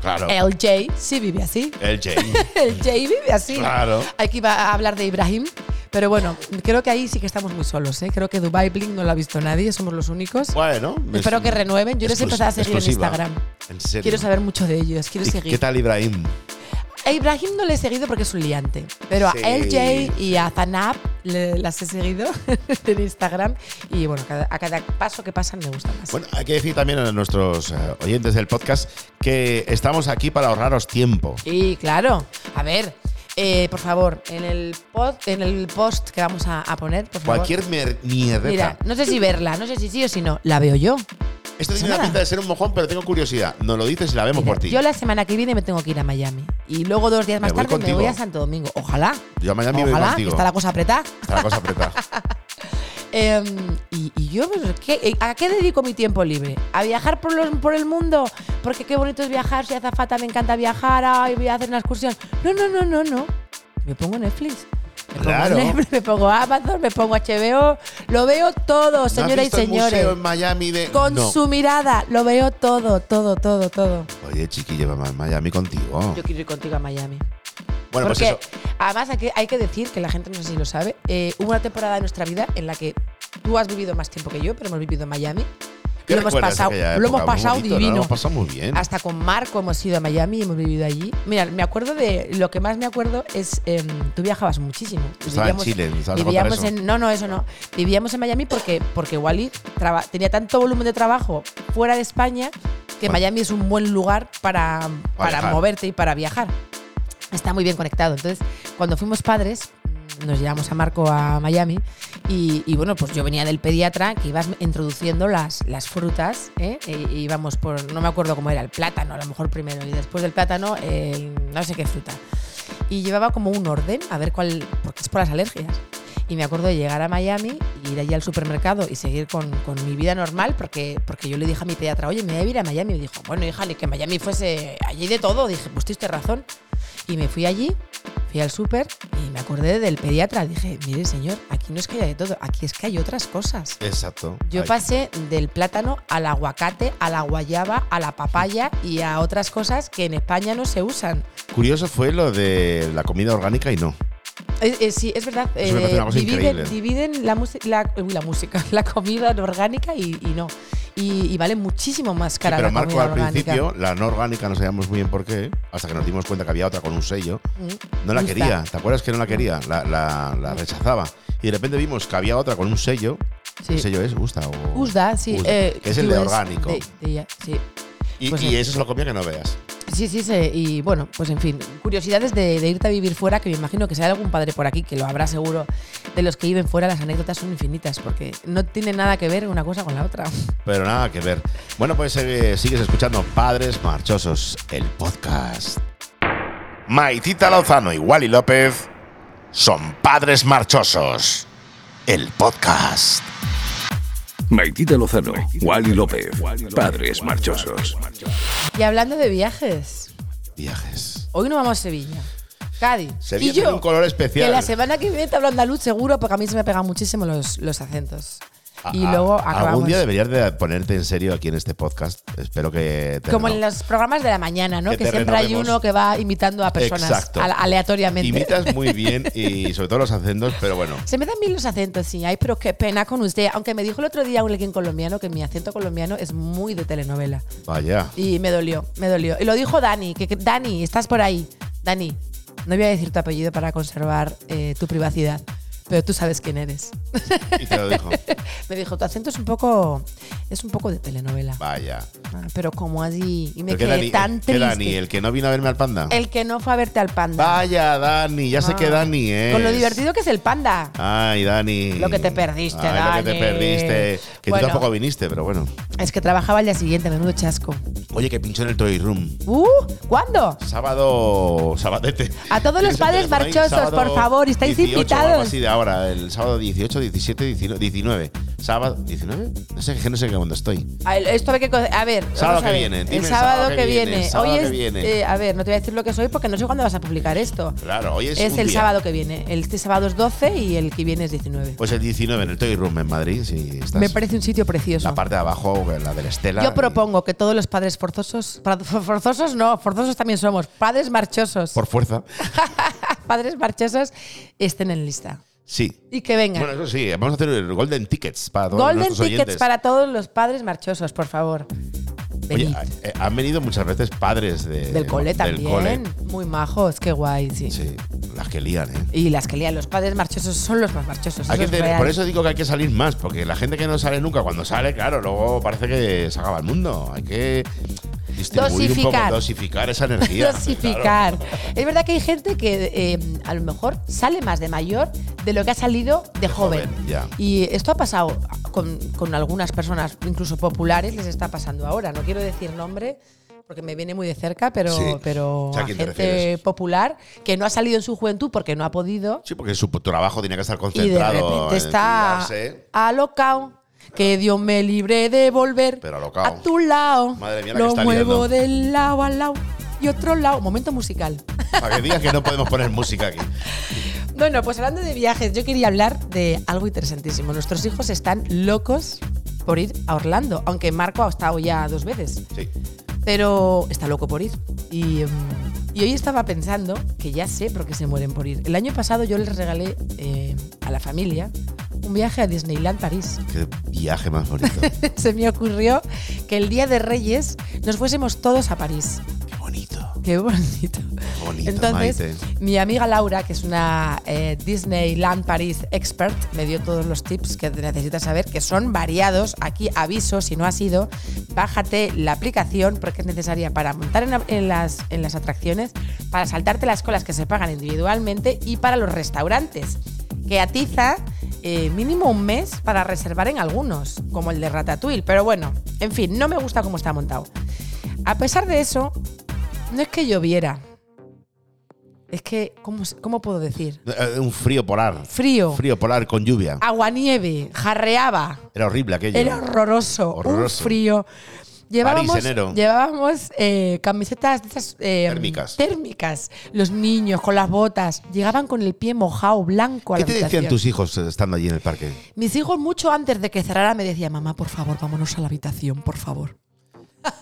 Speaker 3: claro. El,
Speaker 6: LJ sí vive así.
Speaker 3: Jane.
Speaker 6: LJ vive así.
Speaker 3: claro.
Speaker 6: Aquí iba a hablar de Ibrahim, pero bueno, creo que ahí sí que estamos muy solos, ¿eh? Creo que Dubai Blink no lo ha visto nadie, somos los únicos.
Speaker 3: Bueno.
Speaker 6: Espero que renueven. Yo les he
Speaker 3: Exclus-
Speaker 6: empezado a seguir en
Speaker 3: exclusiva.
Speaker 6: Instagram.
Speaker 3: En serio.
Speaker 6: Quiero saber mucho de ellos, quiero
Speaker 3: ¿Y
Speaker 6: seguir.
Speaker 3: ¿Qué tal Ibrahim?
Speaker 6: a Ibrahim no le he seguido porque es un liante, pero
Speaker 3: Sí.
Speaker 6: a LJ y a Zanab le- las he seguido en Instagram y bueno, cada- a cada paso que pasan me gusta más.
Speaker 3: Bueno, hay que decir también a nuestros eh, oyentes del podcast que estamos aquí para ahorraros tiempo.
Speaker 6: Y claro, a ver, eh, por favor, en el, pod, en el post que vamos a, a poner, por favor.
Speaker 3: Cualquier mier- mierdeta.
Speaker 6: Mira, no sé si verla, no sé si sí o si no, la veo yo.
Speaker 3: Esto tiene la
Speaker 6: nada.
Speaker 3: pinta de ser un mojón, pero tengo curiosidad. Nos lo dices y la vemos
Speaker 6: Mira,
Speaker 3: por ti.
Speaker 6: Yo la semana que viene me tengo que ir a Miami. Y luego dos días
Speaker 3: Me
Speaker 6: más
Speaker 3: voy
Speaker 6: tarde
Speaker 3: contigo.
Speaker 6: me voy a Santo Domingo. Ojalá.
Speaker 3: Yo a Miami voy
Speaker 6: ojalá.
Speaker 3: contigo.
Speaker 6: Está la cosa apretada.
Speaker 3: Está la cosa apretada.
Speaker 6: Em, y, y yo, pues, ¿qué- ¿a qué dedico mi tiempo libre? ¿A viajar por, los- por el mundo? Porque qué bonito es viajar, soy azafata, me encanta viajar, ay, voy a hacer una excursión. No, no, no, no, no. Me pongo Netflix. Me pongo,
Speaker 3: Claro.
Speaker 6: Netflix, me pongo Amazon, me pongo HBO. Lo veo todo,
Speaker 3: ¿No has
Speaker 6: señoras y
Speaker 3: visto el
Speaker 6: señores.
Speaker 3: museo en Miami de...
Speaker 6: Con
Speaker 3: No.
Speaker 6: su mirada, lo veo todo, todo, todo, todo.
Speaker 3: Oye, chiqui, llévame a Miami contigo.
Speaker 6: Yo quiero ir contigo a Miami.
Speaker 3: bueno, pues
Speaker 6: Porque
Speaker 3: eso.
Speaker 6: además hay que, hay que decir que la gente no sé si lo sabe. eh, hubo una temporada de nuestra vida en la que tú has vivido más tiempo que yo, pero hemos vivido en Miami.
Speaker 3: ¿Qué
Speaker 6: Y lo hemos
Speaker 3: recuerdas de
Speaker 6: pasado,
Speaker 3: aquella
Speaker 6: lo
Speaker 3: época?
Speaker 6: hemos
Speaker 3: Muy
Speaker 6: pasado
Speaker 3: bonito, ¿no?
Speaker 6: divino.
Speaker 3: Lo hemos pasado muy bien.
Speaker 6: Hasta con Marco hemos ido a Miami y hemos vivido allí. Mira, me acuerdo de. Lo que más me acuerdo es. em, tú viajabas muchísimo.
Speaker 3: Estaba en Chile, ¿sabes contar
Speaker 6: vivíamos
Speaker 3: eso?
Speaker 6: en. No, no, eso no. Vivíamos en Miami porque, porque Wally traba- tenía tanto volumen de trabajo fuera de España que
Speaker 3: Bueno.
Speaker 6: Miami es un buen lugar para, para
Speaker 3: viajar.
Speaker 6: moverte y para viajar. Está muy bien conectado. Entonces, cuando fuimos padres, nos llevamos a Marco a Miami y, y, bueno, pues yo venía del pediatra que ibas introduciendo las, las frutas ¿eh? e, e íbamos por, no me acuerdo cómo era, el plátano a lo mejor primero y después del plátano el no sé qué fruta. Y llevaba como un orden a ver cuál, porque es por las alergias. Y me acuerdo de llegar a Miami, ir allí al supermercado y seguir con, con mi vida normal, porque, porque yo le dije a mi pediatra, oye, me voy a ir a Miami. Y me dijo, bueno, hija, ni que Miami fuese allí de todo. Dije, pues tienes razón. Y me fui allí, fui al súper y me acordé del pediatra. Dije, mire, señor, aquí no es que haya de todo, aquí es que hay otras cosas.
Speaker 3: Exacto.
Speaker 6: Yo
Speaker 3: Ahí.
Speaker 6: pasé del plátano al aguacate, a la guayaba, a la papaya y a otras cosas que en España no se usan.
Speaker 3: Curioso fue lo de la comida orgánica y no.
Speaker 6: Eh, eh, sí, es verdad.
Speaker 3: Eso me
Speaker 6: eh,
Speaker 3: parece una cosa
Speaker 6: dividen
Speaker 3: increíble.
Speaker 6: dividen la, musi- la, uy, la música, la comida orgánica y, y no. Y, y vale muchísimo más cara
Speaker 3: Sí, pero
Speaker 6: la
Speaker 3: Marco
Speaker 6: comida
Speaker 3: al
Speaker 6: orgánica.
Speaker 3: principio, la no orgánica, no sabíamos muy bien por qué, hasta que nos dimos cuenta que había otra con un sello.
Speaker 6: Mm,
Speaker 3: No la
Speaker 6: Justa.
Speaker 3: quería, ¿te acuerdas que no la quería? La, la- la rechazaba. Y de repente vimos que había otra con un sello. ¿Qué
Speaker 6: Sí.
Speaker 3: sello es? Gusta o.
Speaker 6: Usda, sí.
Speaker 3: Usda,
Speaker 6: eh,
Speaker 3: que es el de
Speaker 6: US,
Speaker 3: orgánico.
Speaker 6: de- de ella, sí.
Speaker 3: y,
Speaker 6: pues
Speaker 3: y
Speaker 6: sí.
Speaker 3: eso es lo comía que no veas.
Speaker 6: Sí, sí, sí, y bueno, pues en fin, curiosidades de, de irte a vivir fuera, que me imagino que si hay algún padre por aquí, que lo habrá seguro, de los que viven fuera, las anécdotas son infinitas, porque no tiene nada que ver una cosa con la otra.
Speaker 3: Pero nada que ver. Bueno, pues eh, sigues escuchando Padres Marchosos, el podcast. Maitita Lozano y Wally López son Padres Marchosos, el podcast.
Speaker 5: Maitita Lozano, Wally López, padres marchosos.
Speaker 6: Y hablando de viajes,
Speaker 3: Viajes.
Speaker 6: hoy no vamos a Sevilla, Cádiz.
Speaker 3: Sevilla
Speaker 6: y
Speaker 3: tiene
Speaker 6: yo,
Speaker 3: un color
Speaker 6: que
Speaker 3: especial.
Speaker 6: la semana que viene te hablo andaluz seguro, porque a mí se me pegan muchísimo los, los acentos.
Speaker 3: A-
Speaker 6: Y
Speaker 3: a-
Speaker 6: luego acabamos.
Speaker 3: Ah, Algún día deberías de ponerte en serio aquí en este podcast. Espero que te
Speaker 6: como
Speaker 3: no-
Speaker 6: en los programas de la mañana, ¿no?
Speaker 3: Que
Speaker 6: Que,
Speaker 3: te
Speaker 6: siempre hay
Speaker 3: renovemos.
Speaker 6: uno que va imitando a personas
Speaker 3: Exacto.
Speaker 6: al- aleatoriamente.
Speaker 3: imitas muy bien y sobre todo los acentos, pero bueno.
Speaker 6: Se me dan bien los acentos, sí, ay, pero qué pena con usted. Aunque me dijo el otro día un alguien colombiano que mi acento colombiano es muy de telenovela.
Speaker 3: Vaya.
Speaker 6: Y me dolió, me dolió. Y lo dijo Dani, que, que- Dani, estás por ahí. Dani, no voy a decir tu apellido para conservar eh, tu privacidad, pero tú sabes quién eres.
Speaker 3: Y te lo dijo.
Speaker 6: me dijo, tu acento es un poco, es un poco de telenovela.
Speaker 3: Vaya.
Speaker 6: Ah, pero como así, y me
Speaker 3: Pero que
Speaker 6: quedé
Speaker 3: Dani-
Speaker 6: tan
Speaker 3: que
Speaker 6: triste.
Speaker 3: Dani, el que no vino a verme al panda.
Speaker 6: El que no fue a verte al panda.
Speaker 3: Vaya, Dani, ya sé que Dani es.
Speaker 6: Con lo divertido que es el panda.
Speaker 3: Ay, Dani.
Speaker 6: Lo que te perdiste,
Speaker 3: Ay, Lo que te
Speaker 6: Dani.
Speaker 3: perdiste. Que
Speaker 6: Bueno.
Speaker 3: tú tampoco viniste, pero bueno.
Speaker 6: Es que trabajaba al día siguiente, menudo chasco.
Speaker 3: Oye, que pinchó en el Toy Room.
Speaker 6: Uh, ¿Cuándo?
Speaker 3: Sábado, sabadete.
Speaker 6: A todos los padres
Speaker 3: Por ahí,
Speaker 6: marchosos,
Speaker 3: sábado
Speaker 6: por favor, estáis
Speaker 3: 18 o
Speaker 6: invitados.
Speaker 3: algo así de ahora, el sábado 18, 17, 19. 19. Sábado, ¿19? No sé, que no sé qué cuándo estoy.
Speaker 6: A- Esto hay que. co- A ver. vamos
Speaker 3: Sábado
Speaker 6: a
Speaker 3: que
Speaker 6: ver.
Speaker 3: viene, dime
Speaker 6: El sábado que viene.
Speaker 3: sábado
Speaker 6: Hoy
Speaker 3: que
Speaker 6: es.
Speaker 3: viene.
Speaker 6: eh, a ver, no te voy a decir lo que soy porque no sé cuándo vas a publicar esto.
Speaker 3: Claro, hoy es.
Speaker 6: Es,
Speaker 3: un
Speaker 6: el
Speaker 3: día.
Speaker 6: sábado que viene. El- Este sábado es 12 y el que viene es 19.
Speaker 3: Pues el 19 en el Toy Room en Madrid, si estás.
Speaker 6: Me parece un sitio precioso.
Speaker 3: La parte de abajo, la de la Estela.
Speaker 6: Yo propongo que todos los padres forzosos. pra- Forzosos no, forzosos también somos. Padres marchosos.
Speaker 3: Por fuerza.
Speaker 6: Padres marchosos estén en lista.
Speaker 3: Sí.
Speaker 6: Y que vengan.
Speaker 3: Bueno, eso sí, vamos a hacer el Golden Tickets para todos
Speaker 6: Golden
Speaker 3: nuestros
Speaker 6: tickets
Speaker 3: oyentes.
Speaker 6: para todos los padres marchosos, por favor.
Speaker 3: Oye,
Speaker 6: Venid.
Speaker 3: eh, han venido muchas veces padres de-
Speaker 6: del cole
Speaker 3: del
Speaker 6: también.
Speaker 3: cole.
Speaker 6: Muy majos, qué guay, sí.
Speaker 3: Sí, las que lían, ¿eh?
Speaker 6: Y las que lean los padres marchosos son los más marchosos.
Speaker 3: Hay
Speaker 6: eso
Speaker 3: que
Speaker 6: es
Speaker 3: tener-
Speaker 6: real.
Speaker 3: por eso digo que hay que salir más, porque la gente que no sale nunca, cuando sale, claro, luego parece que se acaba el mundo. Hay que distribuir un
Speaker 6: Dosificar.
Speaker 3: poco, dosificar esa energía. claro.
Speaker 6: Dosificar. Es verdad que hay gente que eh, a lo mejor sale más de mayor de lo que ha salido de, joven.
Speaker 3: joven, ya.
Speaker 6: Y esto ha pasado con, con algunas personas, incluso populares, les está pasando ahora. No quiero decir nombre porque me viene muy de cerca, pero,
Speaker 3: Sí.
Speaker 6: pero
Speaker 3: Sé a
Speaker 6: a
Speaker 3: quién te
Speaker 6: gente
Speaker 3: refieres.
Speaker 6: popular que no ha salido en su juventud porque no ha podido
Speaker 3: Sí, porque su trabajo tiene que estar
Speaker 6: y de
Speaker 3: concentrado.
Speaker 6: repente
Speaker 3: pues, en
Speaker 6: está
Speaker 3: cuidarse. ¿eh?
Speaker 6: alocao. Que Dios me libre de volver
Speaker 3: Pero alocao.
Speaker 6: a tu lado.
Speaker 3: Madre mía, la que
Speaker 6: Lo
Speaker 3: está
Speaker 6: muevo
Speaker 3: liando.
Speaker 6: del lado al lado y otro lado. Momento musical.
Speaker 3: Para que digas que no podemos poner música aquí.
Speaker 6: Bueno, pues hablando de viajes, yo quería hablar de algo interesantísimo. Nuestros hijos están locos por ir a Orlando, aunque Marco ha estado ya dos veces,
Speaker 3: Sí.
Speaker 6: pero está loco por ir. Y, em, y hoy estaba pensando que ya sé por qué se mueren por ir. El año pasado yo les regalé eh, a la familia un viaje a Disneyland París.
Speaker 3: Qué viaje más bonito.
Speaker 6: se me ocurrió que el día de Reyes nos fuésemos todos a París.
Speaker 3: Qué bonito.
Speaker 6: Qué bonito.
Speaker 3: Qué bonito,
Speaker 6: Entonces,
Speaker 3: Maite.
Speaker 6: mi amiga Laura, que es una eh, Disneyland Paris expert, me dio todos los tips que necesitas saber, que son variados. Aquí aviso, si no has ido, bájate la aplicación porque es necesaria para montar en, la- en las, en las atracciones, para saltarte las colas que se pagan individualmente y para los restaurantes, que atiza eh, mínimo un mes para reservar en algunos, como el de Ratatouille. Pero bueno, en fin, no me gusta cómo está montado. A pesar de eso, no es que lloviera. Es que, ¿cómo, se- cómo puedo decir?
Speaker 3: Eh, Un frío polar.
Speaker 6: Frío,
Speaker 3: Frío polar con lluvia.
Speaker 6: aguanieve, jarreaba.
Speaker 3: Era horrible aquello.
Speaker 6: Era horroroso,
Speaker 3: Horroroso.
Speaker 6: un frío. Llevábamos,
Speaker 3: enero.
Speaker 6: llevábamos eh, camisetas de esas, eh,
Speaker 3: Térmicas.
Speaker 6: térmicas. Los niños con las botas llegaban con el pie mojado, blanco a
Speaker 3: ¿Qué
Speaker 6: la
Speaker 3: te decían
Speaker 6: habitación.
Speaker 3: tus hijos eh, estando allí en el parque?
Speaker 6: Mis hijos, mucho antes de que cerrara, me decían: Mamá, por favor, vámonos a la habitación, por favor.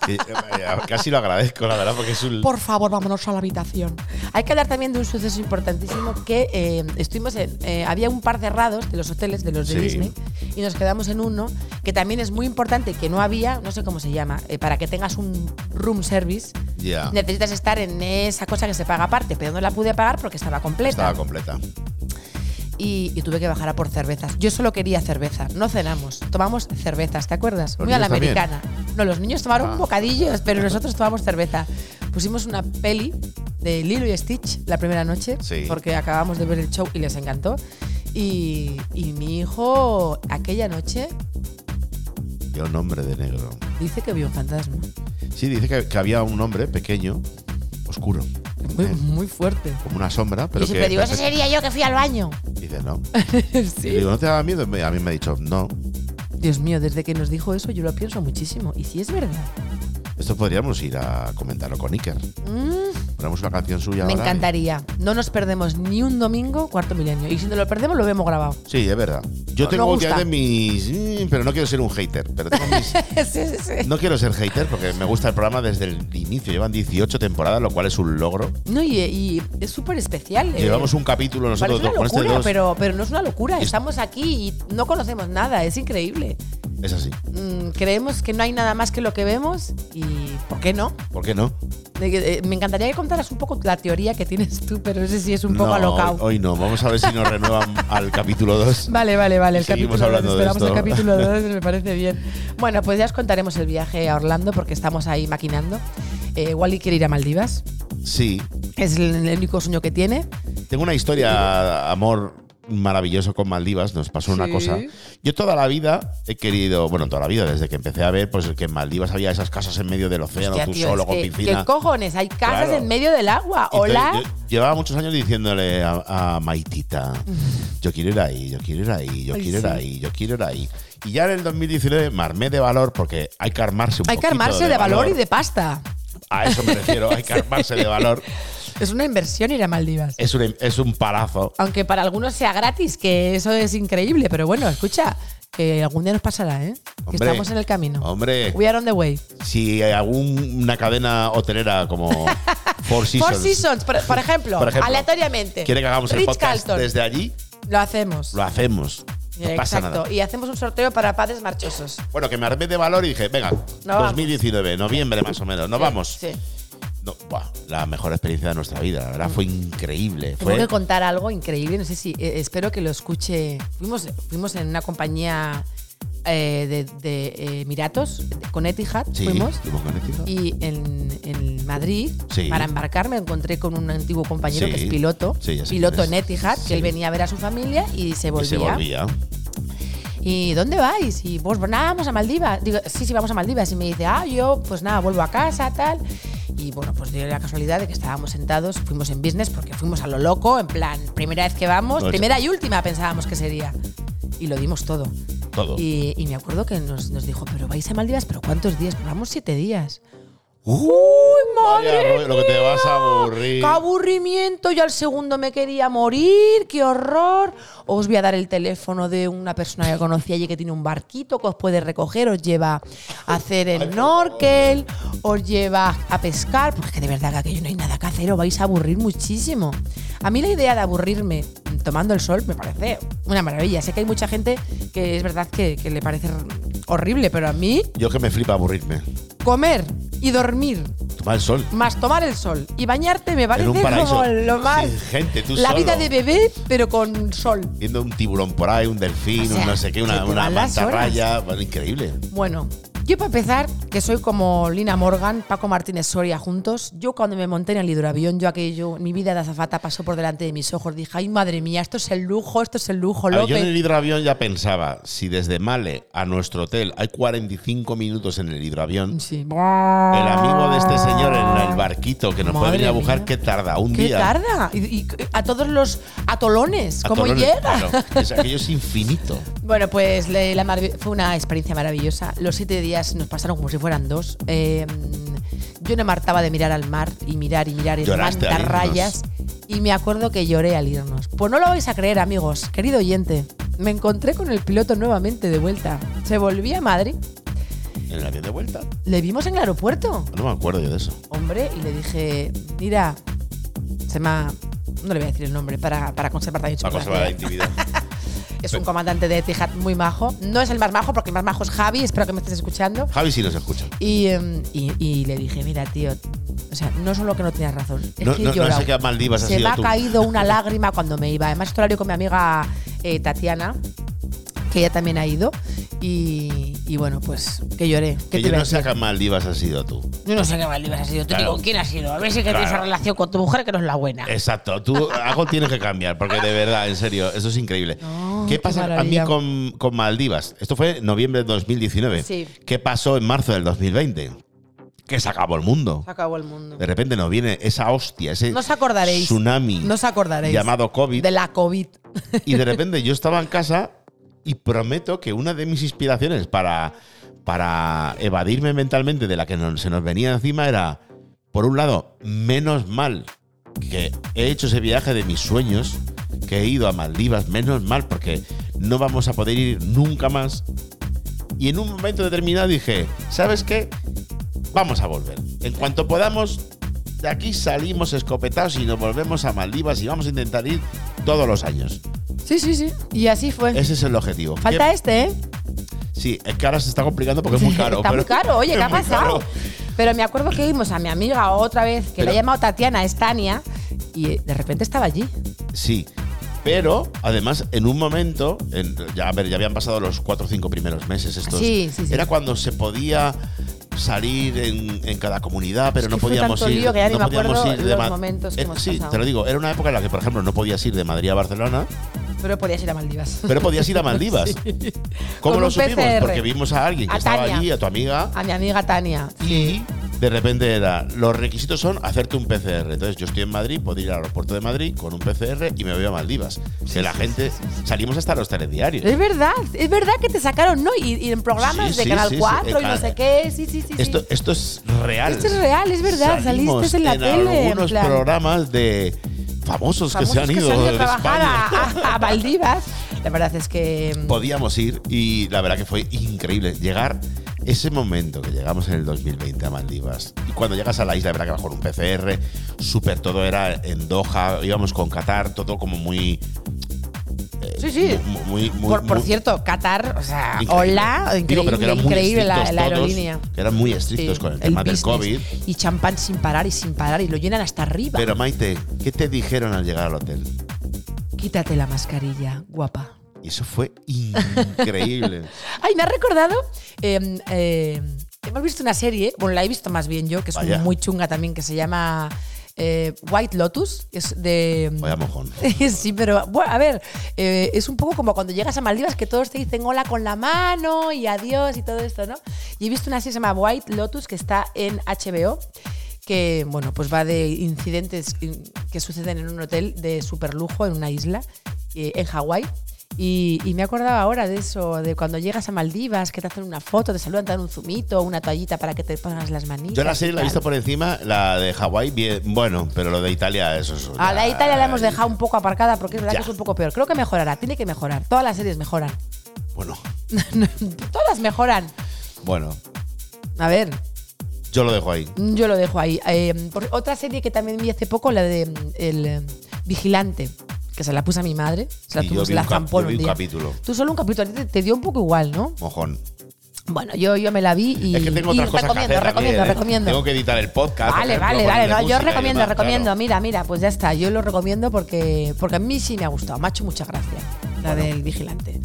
Speaker 3: Que, eh, eh, Casi lo agradezco, la verdad, porque es un.
Speaker 6: Por favor, vámonos a la habitación. Hay que hablar también de un suceso importantísimo que eh, estuvimos en. eh, había un par cerrados de los hoteles, de los de
Speaker 3: Sí.
Speaker 6: Disney, y nos quedamos en uno que también es muy importante, que no había, no sé cómo se llama, eh, para que tengas un room service.
Speaker 3: Ya.
Speaker 6: Necesitas estar en esa cosa que se paga aparte, pero no la pude pagar porque estaba completa.
Speaker 3: Estaba completa.
Speaker 6: y, y tuve que bajar a por cervezas. Yo solo quería cerveza, no cenamos, tomamos cervezas, ¿te acuerdas?
Speaker 3: ¿Los
Speaker 6: Muy a la
Speaker 3: niños también?
Speaker 6: americana. No, los niños tomaron
Speaker 3: Ah.
Speaker 6: bocadillos, pero nosotros tomamos cerveza. Pusimos una peli de Lilo y Stitch la primera noche,
Speaker 3: Sí.
Speaker 6: porque acabamos de ver el show y les encantó. Y, y mi hijo aquella noche
Speaker 3: Yo, nombre de negro.
Speaker 6: dice que vio un fantasma.
Speaker 3: Sí, dice que, que había un hombre pequeño, oscuro,
Speaker 6: Muy,
Speaker 3: Eh.
Speaker 6: muy fuerte.
Speaker 3: como una sombra, pero
Speaker 6: Yo siempre
Speaker 3: que.
Speaker 6: digo, ese sería yo que fui al baño.
Speaker 3: Dice, no. Y
Speaker 6: sí.
Speaker 3: digo, ¿no te daba miedo? A mí me ha dicho, no.
Speaker 6: Dios mío, desde que nos dijo eso yo lo pienso muchísimo. Y si es verdad.
Speaker 3: Esto podríamos ir a comentarlo con Iker.
Speaker 6: Mm.
Speaker 3: Ponemos una canción suya
Speaker 6: Me
Speaker 3: ahora.
Speaker 6: encantaría. No nos perdemos ni un domingo cuarto milenio. Y si no lo perdemos, lo vemos grabado.
Speaker 3: Sí, es verdad. Yo
Speaker 6: No,
Speaker 3: tengo
Speaker 6: no
Speaker 3: que
Speaker 6: gusta.
Speaker 3: de mis. mm, Pero no quiero ser un hater. Pero tengo mis-
Speaker 6: sí, sí, sí.
Speaker 3: no quiero ser hater porque me gusta el programa desde el inicio. Llevan 18 temporadas, lo cual es un logro.
Speaker 6: No, y, y es súper especial. eh.
Speaker 3: Llevamos un capítulo nosotros
Speaker 6: Parece
Speaker 3: dos
Speaker 6: una
Speaker 3: con este
Speaker 6: locura,
Speaker 3: dos.
Speaker 6: pero, pero no es una locura.
Speaker 3: Es-
Speaker 6: Estamos aquí y no conocemos nada. Es increíble.
Speaker 3: Es así.
Speaker 6: Mm, creemos que no hay nada más que lo que vemos y ¿por qué no?
Speaker 3: ¿Por qué no?
Speaker 6: De que, eh, Me encantaría que contaras un poco la teoría que tienes tú, pero no sé si es un poco
Speaker 3: no,
Speaker 6: alocado.
Speaker 3: Hoy, hoy no. Vamos a ver si nos renuevan al capítulo 2.
Speaker 6: Vale, vale, vale. El
Speaker 3: Seguimos
Speaker 6: capítulo
Speaker 3: hablando
Speaker 6: dos,
Speaker 3: de
Speaker 6: esperamos el
Speaker 3: esto.
Speaker 6: capítulo 2, me parece bien. Bueno, pues ya os contaremos el viaje a Orlando porque estamos ahí maquinando. Eh, Wally quiere ir a Maldivas.
Speaker 3: Sí.
Speaker 6: Es el, el único sueño que tiene.
Speaker 3: Tengo una historia, amor maravilloso con Maldivas. Nos pasó una
Speaker 6: Sí.
Speaker 3: cosa. Yo toda la vida he querido, bueno, toda la vida, desde que empecé a ver, pues que en Maldivas había esas casas en medio del océano,
Speaker 6: Hostia,
Speaker 3: tú
Speaker 6: tío,
Speaker 3: solo
Speaker 6: es
Speaker 3: con
Speaker 6: que-
Speaker 3: piscina.
Speaker 6: ¿Qué cojones? Hay casas
Speaker 3: Claro.
Speaker 6: en medio del agua.
Speaker 3: Entonces,
Speaker 6: Hola.
Speaker 3: yo llevaba muchos años diciéndole a, a Maitita, yo quiero ir ahí, yo quiero ir ahí, yo
Speaker 6: Ay,
Speaker 3: quiero ir
Speaker 6: sí.
Speaker 3: ahí, yo quiero ir ahí. Y ya en el 2019 me armé de valor porque hay que armarse un
Speaker 6: Hay que
Speaker 3: poquito
Speaker 6: armarse de, valor, y de pasta.
Speaker 3: A eso me refiero, hay que armarse de valor.
Speaker 6: Es una inversión ir a Maldivas.
Speaker 3: Es un, es un palazo.
Speaker 6: Aunque para algunos sea gratis, que eso es increíble. Pero bueno, escucha, que algún día nos pasará, ¿eh? que
Speaker 3: Hombre,
Speaker 6: estamos en el camino.
Speaker 3: Hombre,
Speaker 6: We are on the way.
Speaker 3: si hay alguna cadena hotelera como Four Seasons,
Speaker 6: Four Seasons, por, por ejemplo,
Speaker 3: Por ejemplo,
Speaker 6: aleatoriamente.
Speaker 3: quiere que hagamos el
Speaker 6: Ritz
Speaker 3: podcast
Speaker 6: Carlton.
Speaker 3: desde allí,
Speaker 6: Lo hacemos.
Speaker 3: lo hacemos. No pasa
Speaker 6: Exacto.
Speaker 3: nada. Ah,
Speaker 6: Y hacemos un sorteo para padres marchosos.
Speaker 3: Bueno, que me armé de valor y dije, venga,
Speaker 6: vamos.
Speaker 3: 2019, noviembre más o menos, nos vamos.
Speaker 6: Sí.
Speaker 3: No, buah, la mejor experiencia de nuestra vida, la verdad,
Speaker 6: Mm.
Speaker 3: fue increíble.
Speaker 6: Tengo
Speaker 3: Fue,
Speaker 6: que contar algo increíble, no sé si, eh, espero que lo escuche. Fuimos, fuimos en una compañía eh, de, de Emiratos, con Etihad,
Speaker 3: sí,
Speaker 6: fuimos.
Speaker 3: fuimos con Netflix.
Speaker 6: Y en, en Madrid,
Speaker 3: Sí.
Speaker 6: para embarcar, me encontré con un antiguo compañero
Speaker 3: Sí.
Speaker 6: que es piloto,
Speaker 3: Sí, ya sé
Speaker 6: piloto
Speaker 3: quién
Speaker 6: en
Speaker 3: es.
Speaker 6: Etihad,
Speaker 3: Sí.
Speaker 6: que él venía a ver a su familia y se
Speaker 3: Y
Speaker 6: volvía.
Speaker 3: se volvía.
Speaker 6: ¿Y dónde vais? Y pues bueno, nada, vamos a Maldivas. Digo, sí, sí, vamos a Maldivas. Y me dice, ah, yo pues nada, vuelvo a casa, tal. Y bueno, pues dio la casualidad de que estábamos sentados, fuimos en business porque fuimos a lo loco, en plan, primera vez que vamos,
Speaker 3: No, es-
Speaker 6: primera y última pensábamos que sería. Y lo dimos todo.
Speaker 3: Todo.
Speaker 6: Y, y me acuerdo que nos, nos dijo, pero vais a Maldivas, pero ¿cuántos días? Pues vamos siete días.
Speaker 3: ¡Uy,
Speaker 6: madre
Speaker 3: Lo que te vas a aburrir.
Speaker 6: ¡Ah! ¡Qué aburrimiento! Yo al segundo me quería morir, qué horror. Os voy a dar el teléfono de una persona que conocí allí que tiene un barquito que os puede recoger, os lleva a hacer el norkel, os lleva a pescar, porque de verdad que aquello no hay nada que hacer, os vais a aburrir muchísimo. A mí la idea de aburrirme tomando el sol me parece una maravilla. Sé que hay mucha gente que es verdad que, que le parece horrible, pero a mí
Speaker 3: Yo que me flipa aburrirme.
Speaker 6: comer y dormir
Speaker 3: Toma el sol.
Speaker 6: más tomar el sol y bañarte me parece
Speaker 3: un paraíso.
Speaker 6: como lo más
Speaker 3: Sin gente, tú
Speaker 6: la vida
Speaker 3: solo.
Speaker 6: de bebé pero con sol
Speaker 3: Viendo un tiburón por ahí, un delfín,
Speaker 6: O sea,
Speaker 3: un no sé qué,
Speaker 6: se
Speaker 3: una,
Speaker 6: te
Speaker 3: una
Speaker 6: van las
Speaker 3: mantarraya. Bueno, increíble.
Speaker 6: bueno yo para empezar que soy como Lina Morgan Paco Martínez Soria juntos yo cuando me monté en el hidroavión yo aquello mi vida de azafata pasó por delante de mis ojos dije ay madre mía esto es el lujo esto es el lujo
Speaker 3: A ver, yo en el
Speaker 6: López
Speaker 3: hidroavión ya pensaba, si desde Male a nuestro hotel hay 45 minutos en el hidroavión,
Speaker 6: sí
Speaker 3: el amigo de este señor en el barquito que nos puede
Speaker 6: Madre
Speaker 3: venir a buscar,
Speaker 6: mía.
Speaker 3: ¿qué tarda? Un
Speaker 6: qué
Speaker 3: día.
Speaker 6: tarda y, y a todos los atolones
Speaker 3: A
Speaker 6: cómo
Speaker 3: Torrón-
Speaker 6: llega
Speaker 3: Claro, es- aquello es infinito.
Speaker 6: Bueno, pues le- la marav- fue una experiencia maravillosa. Los siete días nos pasaron como si fueran dos. Eh, yo no me hartaba de mirar al mar y mirar y mirar y
Speaker 3: Lloraste al irnos.
Speaker 6: rayas. Y me acuerdo que lloré al irnos. Pues no lo vais a creer, amigos. Querido oyente, me encontré con el piloto nuevamente de vuelta. Se volvía a Madrid.
Speaker 3: ¿En el avión de vuelta?
Speaker 6: Le vimos en el aeropuerto
Speaker 3: No me acuerdo yo de eso.
Speaker 6: hombre y le dije, mira, se llama, no le voy a decir el nombre para, para conservar también su
Speaker 3: Para conservar la
Speaker 6: privacidad.
Speaker 3: intimidad.
Speaker 6: Es un comandante de Etihad muy majo. No es el más majo, porque el más majo es Javi, espero que me estés escuchando.
Speaker 3: Javi sí nos escucha.
Speaker 6: Y, em, y- y le dije, mira, tío, o sea, no solo que no tenías razón, es
Speaker 3: No,
Speaker 6: que
Speaker 3: no- no
Speaker 6: he llorado.
Speaker 3: sé qué Maldivas has
Speaker 6: Se me
Speaker 3: sido
Speaker 6: ha
Speaker 3: tú.
Speaker 6: caído una lágrima cuando me iba. Además, estoy horario con mi amiga eh, Tatiana, que ella también ha ido. Y, y bueno, pues que lloré. ¿Qué
Speaker 3: Que
Speaker 6: te
Speaker 3: yo
Speaker 6: iba a
Speaker 3: no
Speaker 6: decir?
Speaker 3: sé a qué Maldivas has sido tú.
Speaker 6: Yo no sé qué Maldivas ha sido. Te
Speaker 3: Claro.
Speaker 6: digo, ¿quién ha sido? A ver si que tienes
Speaker 3: Claro.
Speaker 6: relación con tu mujer que no es la buena.
Speaker 3: Exacto, tú algo tienes que cambiar, porque de verdad, en serio, eso es increíble.
Speaker 6: No,
Speaker 3: ¿Qué
Speaker 6: qué
Speaker 3: pasa a mí
Speaker 6: maravilla.
Speaker 3: con, con Maldivas? Esto fue en noviembre de 2019.
Speaker 6: Sí.
Speaker 3: ¿Qué pasó en marzo del 2020? Que se acabó el mundo.
Speaker 6: Se acabó el mundo.
Speaker 3: De repente nos viene esa hostia, ese
Speaker 6: No os acordaréis.
Speaker 3: tsunami
Speaker 6: No os acordaréis.
Speaker 3: llamado COVID.
Speaker 6: De la COVID.
Speaker 3: Y de repente yo estaba en casa y prometo que una de mis inspiraciones para, para evadirme mentalmente de la que nos- se nos venía encima era, por un lado, menos mal que he hecho ese viaje de mis sueños, que he ido a Maldivas, menos mal porque no vamos a poder ir nunca más. Y en un momento determinado dije, ¿sabes qué? Vamos a volver. En cuanto podamos, de aquí salimos escopetados y nos volvemos a Maldivas y vamos a intentar ir todos los años.
Speaker 6: Sí, sí, sí. Y así fue.
Speaker 3: Ese es el objetivo.
Speaker 6: Falta
Speaker 3: Que-
Speaker 6: este, ¿eh?
Speaker 3: Sí, es que ahora se está complicando porque es muy caro.
Speaker 6: Está
Speaker 3: pero-
Speaker 6: muy caro. Oye,
Speaker 3: es
Speaker 6: ¿qué ha
Speaker 3: muy caro.
Speaker 6: pasado? Pero me acuerdo que vimos a mi amiga otra vez, que
Speaker 3: Pero-
Speaker 6: la he llamado Tatiana, es Tania, y eh, de repente estaba allí.
Speaker 3: Sí. Pero, además, en un momento, en- ya, a ver, ya habían pasado los cuatro o cinco primeros meses estos.
Speaker 6: Sí, sí, sí.
Speaker 3: Era cuando se podía salir en, en cada comunidad, pero
Speaker 6: Es
Speaker 3: no
Speaker 6: que fue
Speaker 3: podíamos
Speaker 6: tanto
Speaker 3: ir.
Speaker 6: lío que ya ni
Speaker 3: no
Speaker 6: me
Speaker 3: podíamos
Speaker 6: acuerdo
Speaker 3: ir
Speaker 6: los
Speaker 3: Ma-
Speaker 6: momentos que hemos
Speaker 3: sí,
Speaker 6: pasado.
Speaker 3: te lo digo, era una época en la que, por ejemplo, no podías ir de Madrid a Barcelona,
Speaker 6: Pero podías ir a Maldivas.
Speaker 3: pero podías ir a Maldivas. ¿Cómo
Speaker 6: Con
Speaker 3: lo
Speaker 6: un
Speaker 3: supimos?
Speaker 6: PCR.
Speaker 3: Porque vimos a alguien que
Speaker 6: A
Speaker 3: estaba
Speaker 6: Tania.
Speaker 3: allí, a tu amiga,
Speaker 6: A mi amiga Tania.
Speaker 3: Y de repente era, los requisitos son hacerte un PCR. Entonces yo estoy en Madrid, puedo ir al aeropuerto de Madrid con un PCR y me voy a Maldivas. que la gente, salimos hasta los telediarios.
Speaker 6: Es verdad, es verdad que te sacaron, ¿no? Y, y en programas
Speaker 3: Sí,
Speaker 6: de
Speaker 3: sí,
Speaker 6: Canal
Speaker 3: sí, sí.
Speaker 6: 4
Speaker 3: Eh,
Speaker 6: y no
Speaker 3: claro.
Speaker 6: sé qué. Sí, sí, sí. sí.
Speaker 3: Esto, esto es real.
Speaker 6: Esto es real, es verdad.
Speaker 3: Salimos
Speaker 6: Saliste en la tele, en
Speaker 3: algunos
Speaker 6: plan.
Speaker 3: programas de famosos, que se
Speaker 6: Famosos
Speaker 3: han ido
Speaker 6: a
Speaker 3: de
Speaker 6: trabajar
Speaker 3: España.
Speaker 6: a, a- a Maldivas. La verdad es que. mm,
Speaker 3: Podíamos ir y la verdad que fue increíble llegar ese momento que llegamos en el 2020 a Maldivas. Y cuando llegas a la isla, la verdad que bajo un PCR, súper todo era en Doha, íbamos con Qatar, todo como muy eh,
Speaker 6: Sí, sí.
Speaker 3: mu- Muy, muy,
Speaker 6: por, por
Speaker 3: muy
Speaker 6: cierto, Qatar, o sea,
Speaker 3: increíble.
Speaker 6: hola, increíble,
Speaker 3: Digo, pero que eran muy
Speaker 6: increíble la,
Speaker 3: estrictos
Speaker 6: la
Speaker 3: todos,
Speaker 6: aerolínea.
Speaker 3: que eran muy estrictos
Speaker 6: Sí,
Speaker 3: con el,
Speaker 6: el
Speaker 3: tema del
Speaker 6: business.
Speaker 3: COVID.
Speaker 6: Y champán sin parar y sin parar y lo llenan hasta arriba.
Speaker 3: Pero Maite, ¿qué te dijeron al llegar al hotel?
Speaker 6: Quítate la mascarilla, guapa.
Speaker 3: Y eso fue increíble.
Speaker 6: Ay, me ha recordado. eh, eh, hemos visto una serie, bueno, la he visto más bien yo, que es
Speaker 3: Vaya.
Speaker 6: muy chunga también, que se llama eh, White Lotus. Es de. em,
Speaker 3: Vaya mojón.
Speaker 6: Sí, pero bueno, a ver, eh, es un poco como cuando llegas a Maldivas que todos te dicen hola con la mano y adiós y todo esto, ¿no? Y he visto una serie que se llama White Lotus que está en HBO que bueno, pues va de incidentes in- que suceden en un hotel de superlujo en una isla eh, en Hawái. Y, y me acordaba ahora de eso, de cuando llegas a Maldivas, que te hacen una foto, te saludan, te dan un zumito, una toallita para que te pongas las manitas.
Speaker 3: Yo la
Speaker 6: y
Speaker 3: serie la he
Speaker 6: tal.
Speaker 3: visto por encima, la de Hawái, bien, bueno, pero lo de Italia, eso es. eh,
Speaker 6: A la
Speaker 3: ya-
Speaker 6: Italia la hemos dejado un poco aparcada porque es verdad
Speaker 3: Pues Ya.
Speaker 6: que es un poco peor. Creo que mejorará, tiene que mejorar. Todas las series mejoran.
Speaker 3: Bueno,
Speaker 6: Todas mejoran.
Speaker 3: bueno,
Speaker 6: A ver,
Speaker 3: yo lo dejo ahí.
Speaker 6: yo lo dejo ahí. Eh, por- otra serie que también vi hace poco, la de mm, El eh, Vigilante, que se la puse a mi madre. Se la
Speaker 3: Y yo
Speaker 6: puso
Speaker 3: vi
Speaker 6: la
Speaker 3: un cap- yo
Speaker 6: zampó en
Speaker 3: vi
Speaker 6: un
Speaker 3: un
Speaker 6: día.
Speaker 3: capítulo.
Speaker 6: Tú solo un capítulo, a ti te, te dio un poco igual, ¿no?
Speaker 3: Mojón.
Speaker 6: Bueno, yo, yo me la vi y.
Speaker 3: es que tengo
Speaker 6: y
Speaker 3: otras cosas que
Speaker 6: recomiendo,
Speaker 3: hacer.
Speaker 6: recomiendo,
Speaker 3: también, ¿eh?
Speaker 6: recomiendo.
Speaker 3: Tengo que editar el podcast. por
Speaker 6: Vale,
Speaker 3: ejemplo,
Speaker 6: vale,
Speaker 3: ponerle
Speaker 6: vale. No, yo
Speaker 3: música y
Speaker 6: recomiendo,
Speaker 3: demás,
Speaker 6: recomiendo.
Speaker 3: claro.
Speaker 6: Mira, mira, pues ya está. Yo lo recomiendo porque, porque a mí sí me ha gustado. Macho, muchas gracias. La del vigilante.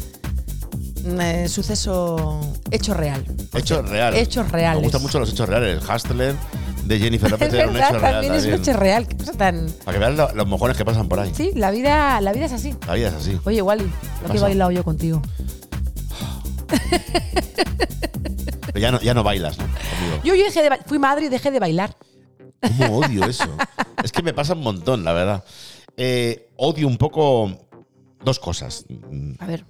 Speaker 6: Mm, eh, suceso hecho real.
Speaker 3: Hechos reales.
Speaker 6: Hechos reales.
Speaker 3: Me gustan mucho los hechos reales. Hustler de Jennifer López
Speaker 6: es
Speaker 3: era un
Speaker 6: verdad,
Speaker 3: hecho real.
Speaker 6: también es un
Speaker 3: también.
Speaker 6: hecho real. ¿Qué cosa tan.?
Speaker 3: Para que veas lo- los mojones que pasan por ahí.
Speaker 6: Sí, la vida, la vida es así.
Speaker 3: La vida es así.
Speaker 6: Oye, Wally, lo que he
Speaker 3: pasa?
Speaker 6: bailado yo contigo.
Speaker 3: Pero ya no, ya no bailas, ¿no? Conmigo.
Speaker 6: Yo, yo dejé de ba- fui madre y dejé de bailar.
Speaker 3: ¿Cómo odio eso? es que me pasa un montón, la verdad. Eh, odio un poco dos cosas. Mm,
Speaker 6: A ver.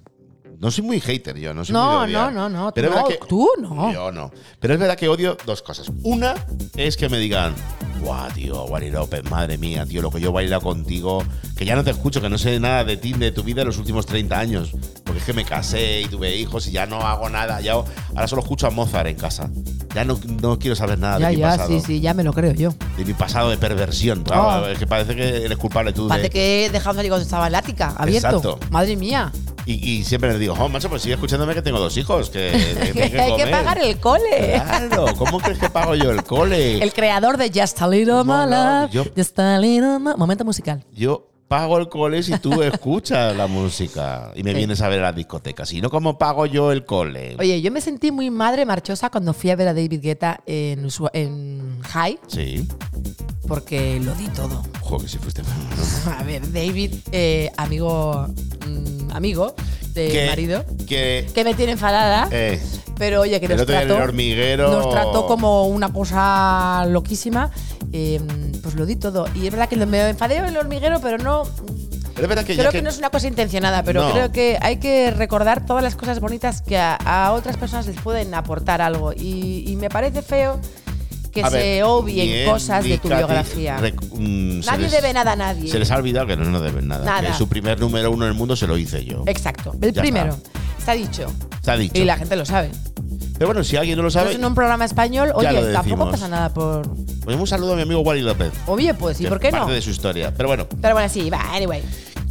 Speaker 3: No soy muy hater yo, no soy
Speaker 6: No,
Speaker 3: muy de odiar.
Speaker 6: no, no, no,
Speaker 3: Pero es
Speaker 6: no,
Speaker 3: verdad que-
Speaker 6: tú no.
Speaker 3: Yo no. Pero es verdad que odio dos cosas. Una es que me digan, guau, tío, Wally López, madre mía, tío, lo que yo he bailado contigo, que ya no te escucho, que no sé nada de ti, de tu vida en los últimos 30 años. Porque es que me casé y tuve hijos y ya no hago nada. Ya, ahora solo escucho a Mozart en casa. Ya no, no quiero saber nada
Speaker 6: Ya,
Speaker 3: Ah, de mi
Speaker 6: ya,
Speaker 3: pasado.
Speaker 6: sí, sí, ya me lo creo yo.
Speaker 3: De mi pasado de perversión. Claro, Es que parece que eres culpable tú. de-
Speaker 6: Ah. Parece que dejamos salir cuando estaba en lática, abierto.
Speaker 3: Exacto.
Speaker 6: Madre mía.
Speaker 3: y, y siempre les digo, oh, macho, pues sigue escuchándome que tengo dos hijos, que, que
Speaker 6: Que
Speaker 3: tengo
Speaker 6: hay que
Speaker 3: comer".
Speaker 6: pagar el cole.
Speaker 3: Claro, ¿cómo crees que pago yo el cole?
Speaker 6: El creador de Just a Little
Speaker 3: No,
Speaker 6: My
Speaker 3: no,
Speaker 6: Love,
Speaker 3: yo-
Speaker 6: Just a Little My- Momento musical.
Speaker 3: Yo pago el cole si tú escuchas la música y me
Speaker 6: Sí.
Speaker 3: vienes a ver a la discoteca. Si no, ¿cómo pago yo el cole?
Speaker 6: Oye, yo me sentí muy madre marchosa cuando fui a ver a David Guetta en, Usua- en High,
Speaker 3: Sí.
Speaker 6: porque lo di todo.
Speaker 3: Joder, que si fuiste.
Speaker 6: A ver, David, eh, amigo, mm, amigo de mi
Speaker 3: Que-
Speaker 6: marido,
Speaker 3: Que.
Speaker 6: que me tiene enfadada,
Speaker 3: eh,
Speaker 6: pero oye, que
Speaker 3: el
Speaker 6: nos
Speaker 3: otro día en el
Speaker 6: trató,
Speaker 3: hormiguero.
Speaker 6: nos trató como una cosa loquísima. eh, pues lo di todo. Y es verdad que me enfadé en el hormiguero, pero no.
Speaker 3: Pero es verdad que ya
Speaker 6: Creo que,
Speaker 3: que-
Speaker 6: no es una cosa intencionada, pero
Speaker 3: No.
Speaker 6: creo que hay que recordar todas las cosas bonitas que a, a otras personas les pueden aportar algo. Y, y me parece feo que
Speaker 3: A
Speaker 6: se
Speaker 3: ver,
Speaker 6: obvien
Speaker 3: ni
Speaker 6: cosas de tu
Speaker 3: Nicati-
Speaker 6: biografía.
Speaker 3: rec- mm, se
Speaker 6: Nadie
Speaker 3: les-
Speaker 6: debe nada a nadie.
Speaker 3: Se les ha olvidado que no nos deben nada.
Speaker 6: Nada.
Speaker 3: Que su primer número uno en el mundo se lo hice yo.
Speaker 6: Exacto. El
Speaker 3: Ya
Speaker 6: primero.
Speaker 3: está.
Speaker 6: Está dicho.
Speaker 3: Se ha dicho.
Speaker 6: Y la gente lo sabe.
Speaker 3: Pero bueno, si alguien no lo sabe,
Speaker 6: Entonces, en un programa español,
Speaker 3: Ya lo
Speaker 6: oye, tampoco
Speaker 3: decimos.
Speaker 6: pasa nada por.
Speaker 3: pues un saludo a mi amigo Wally López.
Speaker 6: Oye, pues, ¿y
Speaker 3: que
Speaker 6: por qué no?
Speaker 3: Parte de su historia. Pero bueno,
Speaker 6: Pero bueno, sí, va, anyway.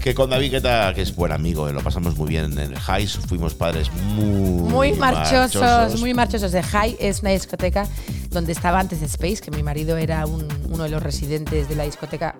Speaker 3: Que con David Guetta, que es buen amigo, eh, lo pasamos muy bien en el Highs, fuimos padres muy,
Speaker 6: Muy marchosos, muy marchosos. De High es una discoteca donde estaba antes Space, que mi marido era un- uno de los residentes de la discoteca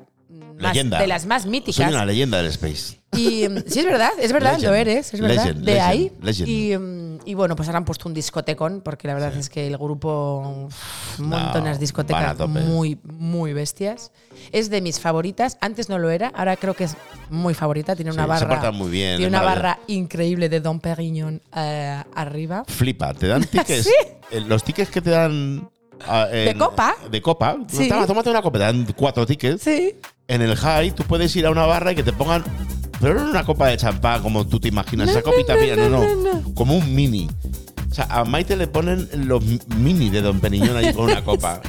Speaker 6: más-
Speaker 3: Leyenda.
Speaker 6: de las más míticas.
Speaker 3: Soy una leyenda del Space.
Speaker 6: Y mm, sí, es verdad, es verdad,
Speaker 3: Legend.
Speaker 6: lo eres, es verdad.
Speaker 3: Legend,
Speaker 6: de
Speaker 3: legend,
Speaker 6: ahí.
Speaker 3: legend.
Speaker 6: Y, mm, y bueno, pues ahora han puesto un discotecón, porque la verdad es que el grupo uf, monta
Speaker 3: No,
Speaker 6: unas
Speaker 3: van a
Speaker 6: discotecas
Speaker 3: tope.
Speaker 6: muy, muy bestias. Es de mis favoritas, antes no lo era, ahora creo que es muy favorita, tiene una
Speaker 3: Sí, se
Speaker 6: barra.
Speaker 3: portan muy bien,
Speaker 6: Tiene
Speaker 3: es
Speaker 6: una
Speaker 3: maravilloso.
Speaker 6: barra increíble de Don Perignon eh, arriba.
Speaker 3: Flipa, te dan tickets.
Speaker 6: ¿Sí?
Speaker 3: eh, Los tickets que te dan. ah, en-
Speaker 6: copa?
Speaker 3: De copa.
Speaker 6: Sí.
Speaker 3: Toma, tómate una copa, te dan cuatro tickets.
Speaker 6: Sí.
Speaker 3: En el high tú puedes ir a una barra y que te pongan. Pero no una copa de champán como tú te imaginas,
Speaker 6: No,
Speaker 3: esa
Speaker 6: no,
Speaker 3: copita
Speaker 6: no,
Speaker 3: mía, no,
Speaker 6: no,
Speaker 3: no,
Speaker 6: no,
Speaker 3: Como un mini. O sea, a Maite le ponen los mini de Don Peniñón ahí con una copa.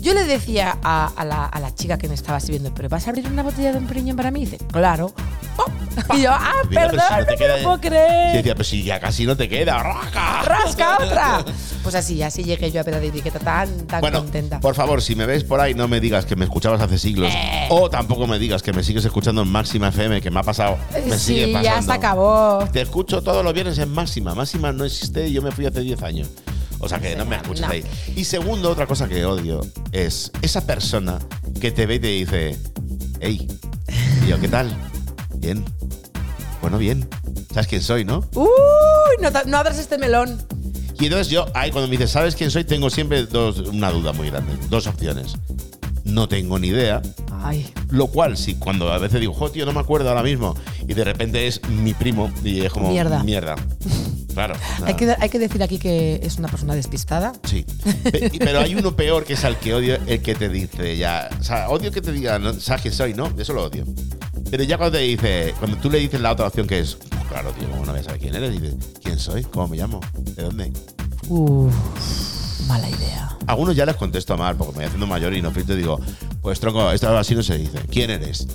Speaker 6: Yo le decía a, a la, a la chica que me estaba sirviendo, ¿pero vas a abrir una botella de un Perignon para mí? Y dice, claro. ¡Pop! Y yo, ah,
Speaker 3: Mira, pero
Speaker 6: perdón,
Speaker 3: pues, si no
Speaker 6: no,
Speaker 3: te
Speaker 6: me
Speaker 3: queda-
Speaker 6: lo puedo
Speaker 3: Y
Speaker 6: creer.
Speaker 3: decía, pues si ya casi no te queda, raca.
Speaker 6: ¡Rasca otra! Pues así, así llegué yo a Peda de Etiqueta tan, tan
Speaker 3: Bueno,
Speaker 6: contenta.
Speaker 3: por favor, si me ves por ahí, no me digas que me escuchabas hace siglos.
Speaker 6: Eh.
Speaker 3: O tampoco me digas que me sigues escuchando en Máxima FM, que me ha pasado. Me sigue
Speaker 6: Eh, sí,
Speaker 3: pasando.
Speaker 6: ya se acabó.
Speaker 3: Te escucho todos los viernes en Máxima. Máxima no existe y yo me fui hace 10 años. O sea que no me escuchas
Speaker 6: No.
Speaker 3: ahí. Y segundo, otra cosa que odio es esa persona que te ve y te dice, hey, y yo, ¿qué tal? Bien. Bueno, bien. ¿Sabes quién soy, no?
Speaker 6: Uy, no, ta- no abras este melón.
Speaker 3: Y entonces yo, ahí cuando me dices, ¿sabes quién soy? Tengo siempre dos, una duda muy grande, dos opciones. No tengo ni idea,
Speaker 6: Ay,
Speaker 3: lo cual, si cuando a veces digo, jo, tío, no me acuerdo ahora mismo, y de repente es mi primo, y es como,
Speaker 6: Mierda.
Speaker 3: Claro.
Speaker 6: hay
Speaker 3: nada.
Speaker 6: que, hay que decir aquí que es una persona despistada.
Speaker 3: Sí. Pe- y- Pero hay uno peor que es al que odio, el que te dice ya. O sea, odio que te digan, "No, ¿sabes quién soy? No, eso lo odio. Pero ya cuando te dice, cuando tú le dices la otra opción que es, "Pues claro, tío, como no voy a saber quién eres, dices, ¿quién soy? ¿Cómo me llamo? ¿De dónde?
Speaker 6: Uf, mala idea.
Speaker 3: Algunos ya les contesto mal, porque me voy haciendo mayor y no filtro y digo, pues tronco, esto así no se dice. ¿Quién eres?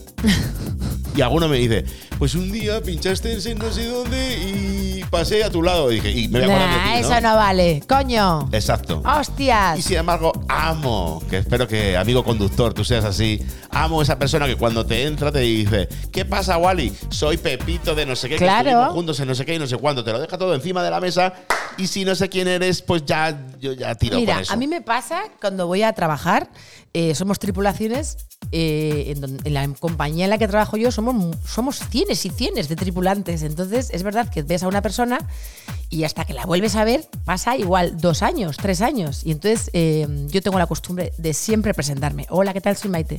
Speaker 3: y alguno me dice, pues un día pinchaste en no sé dónde y pasé a tu lado. Y dije, y me voy a acordar
Speaker 6: Nah,
Speaker 3: de ti, ¿no?
Speaker 6: eso no Oh, vale. Coño.
Speaker 3: Exacto. Y
Speaker 6: Hostias.
Speaker 3: sin embargo, amo, que espero que, amigo conductor, tú seas así, amo esa persona que cuando te entra te dice, ¿qué pasa, Wally? Soy Pepito de no sé qué, que
Speaker 6: Claro.
Speaker 3: estuvimos juntos en no sé qué y no sé cuándo, te lo deja todo encima de la mesa y si no sé quién eres, pues ya, yo ya tiro
Speaker 6: Mira,
Speaker 3: con eso.
Speaker 6: a mí me pasa cuando voy a trabajar, eh, somos tripulaciones, eh, en, don- en la compañía en la que trabajo yo somos, mu- somos cienes y cienes de tripulantes, entonces es verdad que ves a una persona y hasta que la vuelves a ver pasa igual dos años, tres años, y entonces eh, yo tengo la costumbre de siempre presentarme, hola, ¿qué tal? Soy Maite.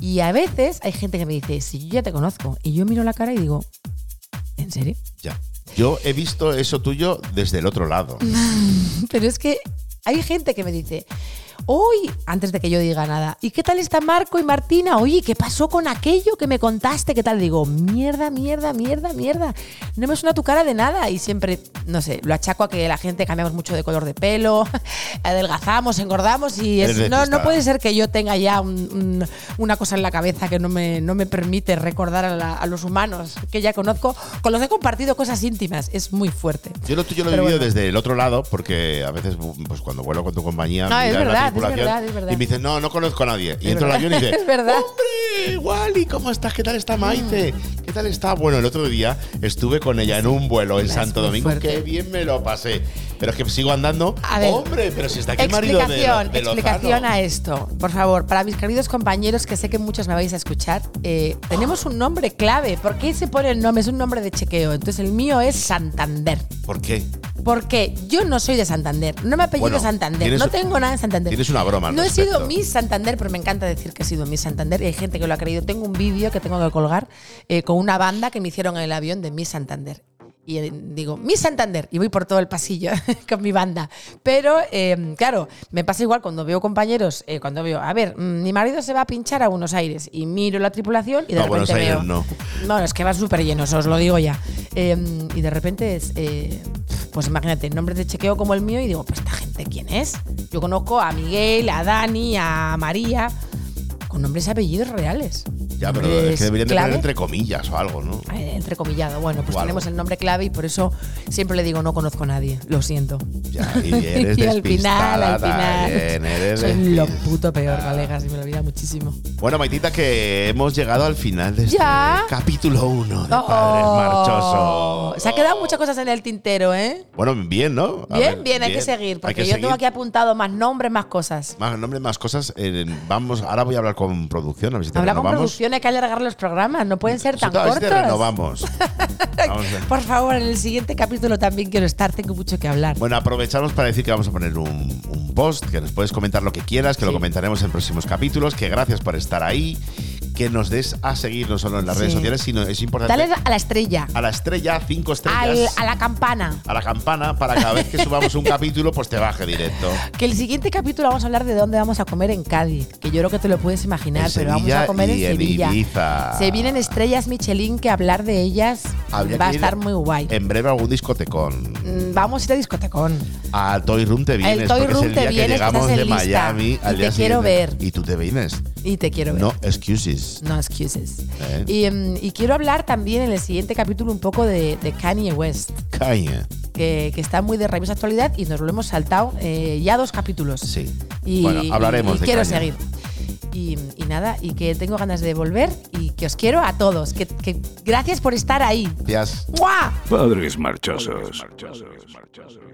Speaker 6: Y a veces hay gente que me dice, si yo ya te conozco, y yo miro la cara y digo, ¿en serio?
Speaker 3: Ya. Yo he visto eso tuyo desde el otro lado.
Speaker 6: Pero es que hay gente que me dice, hoy, antes de que yo diga nada, ¿y qué tal está Marco y Martina? Oye, ¿qué pasó con aquello que me contaste? ¿Qué tal? Digo, mierda, mierda, mierda, mierda. No me suena tu cara de nada. Y siempre, no sé, lo achaco a que la gente cambiamos mucho de color de pelo, adelgazamos, engordamos y es-
Speaker 3: Eres
Speaker 6: no, no
Speaker 3: despistada.
Speaker 6: puede ser que yo tenga ya un- un- una cosa en la cabeza que no me, no me permite recordar a, la- a los humanos que ya conozco, con los que he compartido cosas íntimas. Es muy fuerte.
Speaker 3: Yo lo tuyo lo he
Speaker 6: Pero
Speaker 3: vivido
Speaker 6: bueno.
Speaker 3: desde el otro lado, porque a veces, pues cuando vuelo con tu compañía,
Speaker 6: No, es
Speaker 3: miras la
Speaker 6: verdad, es
Speaker 3: tripulación
Speaker 6: verdad, es verdad.
Speaker 3: y me dices, no, no conozco a nadie. Y
Speaker 6: Es
Speaker 3: entro al avión
Speaker 6: verdad.
Speaker 3: y dices,
Speaker 6: Es verdad.
Speaker 3: ¡Hombre! Wally, ¿cómo estás? ¿Qué tal está Maite? ¿Qué tal está? Bueno, el otro día estuve con ella en un vuelo en
Speaker 6: Es
Speaker 3: Santo
Speaker 6: muy
Speaker 3: Domingo.
Speaker 6: fuerte.
Speaker 3: Qué bien me lo pasé. Pero es que sigo andando.
Speaker 6: A ver.
Speaker 3: ¡Hombre! Pero si está aquí el marido de-
Speaker 6: Explicación,
Speaker 3: de Lozano.
Speaker 6: explicación a esto, por favor, para mis queridos compañeros que sé que muchos me vais a escuchar, eh, tenemos un nombre clave. ¿Por qué se pone el nombre? Es un nombre de chequeo. Entonces el mío es Santander.
Speaker 3: ¿Por qué?
Speaker 6: Porque yo no soy de Santander, no me apellido
Speaker 3: Bueno,
Speaker 6: Santander,
Speaker 3: tienes-
Speaker 6: no tengo nada de Santander.
Speaker 3: tienes una broma al
Speaker 6: No he sido
Speaker 3: respecto.
Speaker 6: Miss Santander, pero me encanta decir que he sido Miss Santander y hay gente que lo ha creído. Tengo un vídeo que tengo que colgar eh, con una banda que me hicieron en el avión de Miss Santander. Y eh, digo, Miss Santander, y voy por todo el pasillo con mi banda. Pero, eh, claro, me pasa igual cuando veo compañeros, eh, cuando veo, a ver, mm, mi marido se va a pinchar a Buenos Aires y miro la tripulación y de
Speaker 3: No, Buenos
Speaker 6: repente
Speaker 3: Aires
Speaker 6: veo.
Speaker 3: no.
Speaker 6: No, es que van súper llenos, os lo digo ya. Eh, y de repente es, eh, pues imagínate, nombres de chequeo como el mío y digo, pues esta gente, ¿quién es? Yo conozco a Miguel, a Dani, a María, con nombres y apellidos reales.
Speaker 3: Ya, pero
Speaker 6: Nombres
Speaker 3: es que deberían de poner
Speaker 6: clave.
Speaker 3: entre comillas o algo, ¿no?
Speaker 6: Eh, entrecomillado. Bueno, pues
Speaker 3: O algo.
Speaker 6: tenemos el nombre clave y por eso siempre le digo, no conozco a nadie, lo siento.
Speaker 3: Ya, y eres
Speaker 6: y al final,
Speaker 3: despistada
Speaker 6: al final,
Speaker 3: también, eres
Speaker 6: soy lo
Speaker 3: despistada.
Speaker 6: puto peor, colega, se me olvida muchísimo.
Speaker 3: Bueno, Maitita, que hemos llegado al final de este
Speaker 6: Ya.
Speaker 3: capítulo 1 de
Speaker 6: Oh,
Speaker 3: Padres Marchosos.
Speaker 6: Se ha quedado muchas cosas en el tintero, ¿eh?
Speaker 3: Bueno, bien, ¿no? A
Speaker 6: Bien,
Speaker 3: ver,
Speaker 6: bien, hay que seguir, porque
Speaker 3: Hay que
Speaker 6: yo tengo
Speaker 3: seguir.
Speaker 6: aquí apuntado más nombres, más cosas.
Speaker 3: Más nombres, más cosas. Eh, vamos, ahora voy a hablar con producción, a ver si te
Speaker 6: Habla con
Speaker 3: renovamos.
Speaker 6: producción, hay que alargar los programas, no pueden ser tan
Speaker 3: Nosotros, a ver si te
Speaker 6: cortos.
Speaker 3: renovamos. Vamos a-
Speaker 6: Por favor, en el siguiente capítulo también quiero estar, tengo mucho que hablar.
Speaker 3: Bueno, aprovechamos para decir que vamos a poner un, un post, que nos puedes comentar lo que quieras, que lo
Speaker 6: Sí.
Speaker 3: comentaremos en próximos capítulos, que gracias por estar ahí, que nos des a seguir no solo en las
Speaker 6: Sí.
Speaker 3: redes sociales, sino es importante
Speaker 6: Dale a la estrella,
Speaker 3: a la estrella, cinco
Speaker 6: al-
Speaker 3: estrellas.
Speaker 6: a la campana.
Speaker 3: a la campana para cada vez que subamos un capítulo, pues te baje directo.
Speaker 6: Que el siguiente capítulo vamos a hablar de dónde vamos a comer en Cádiz, que yo creo que te lo puedes imaginar,
Speaker 3: En
Speaker 6: pero vamos a
Speaker 3: Sevilla
Speaker 6: comer en
Speaker 3: y en
Speaker 6: Sevilla.
Speaker 3: Ibiza.
Speaker 6: Se vienen estrellas Michelin que hablar de ellas
Speaker 3: Habría
Speaker 6: va a
Speaker 3: que ir
Speaker 6: estar muy guay.
Speaker 3: En breve algún discotecón.
Speaker 6: Mm, Vamos a ir a discotecón.
Speaker 3: Al Toy Room te vienes.
Speaker 6: Toy
Speaker 3: porque
Speaker 6: Room
Speaker 3: es el
Speaker 6: te
Speaker 3: día
Speaker 6: vienes,
Speaker 3: que
Speaker 6: que estás
Speaker 3: llegamos
Speaker 6: en
Speaker 3: de
Speaker 6: lista.
Speaker 3: Miami al
Speaker 6: Y
Speaker 3: día
Speaker 6: te
Speaker 3: siguiente.
Speaker 6: quiero ver.
Speaker 3: Y tú te vienes.
Speaker 6: Y te quiero ver.
Speaker 3: No excuses.
Speaker 6: No excuses.
Speaker 3: Eh.
Speaker 6: em, Y, mm, y quiero hablar también en el siguiente capítulo un poco de, de Kanye West.
Speaker 3: Caña.
Speaker 6: que, que está muy de rabiosa actualidad y nos lo hemos saltado eh, ya dos capítulos.
Speaker 3: Sí.
Speaker 6: Y,
Speaker 3: bueno,
Speaker 6: y-
Speaker 3: hablaremos
Speaker 6: y
Speaker 3: de
Speaker 6: quiero
Speaker 3: caña.
Speaker 6: seguir. Y, y nada, y que tengo ganas de volver y que os quiero a todos. Que, que gracias por estar ahí.
Speaker 3: Gracias.
Speaker 6: ¡Guau!
Speaker 5: Padres marchosos. Padres marchosos.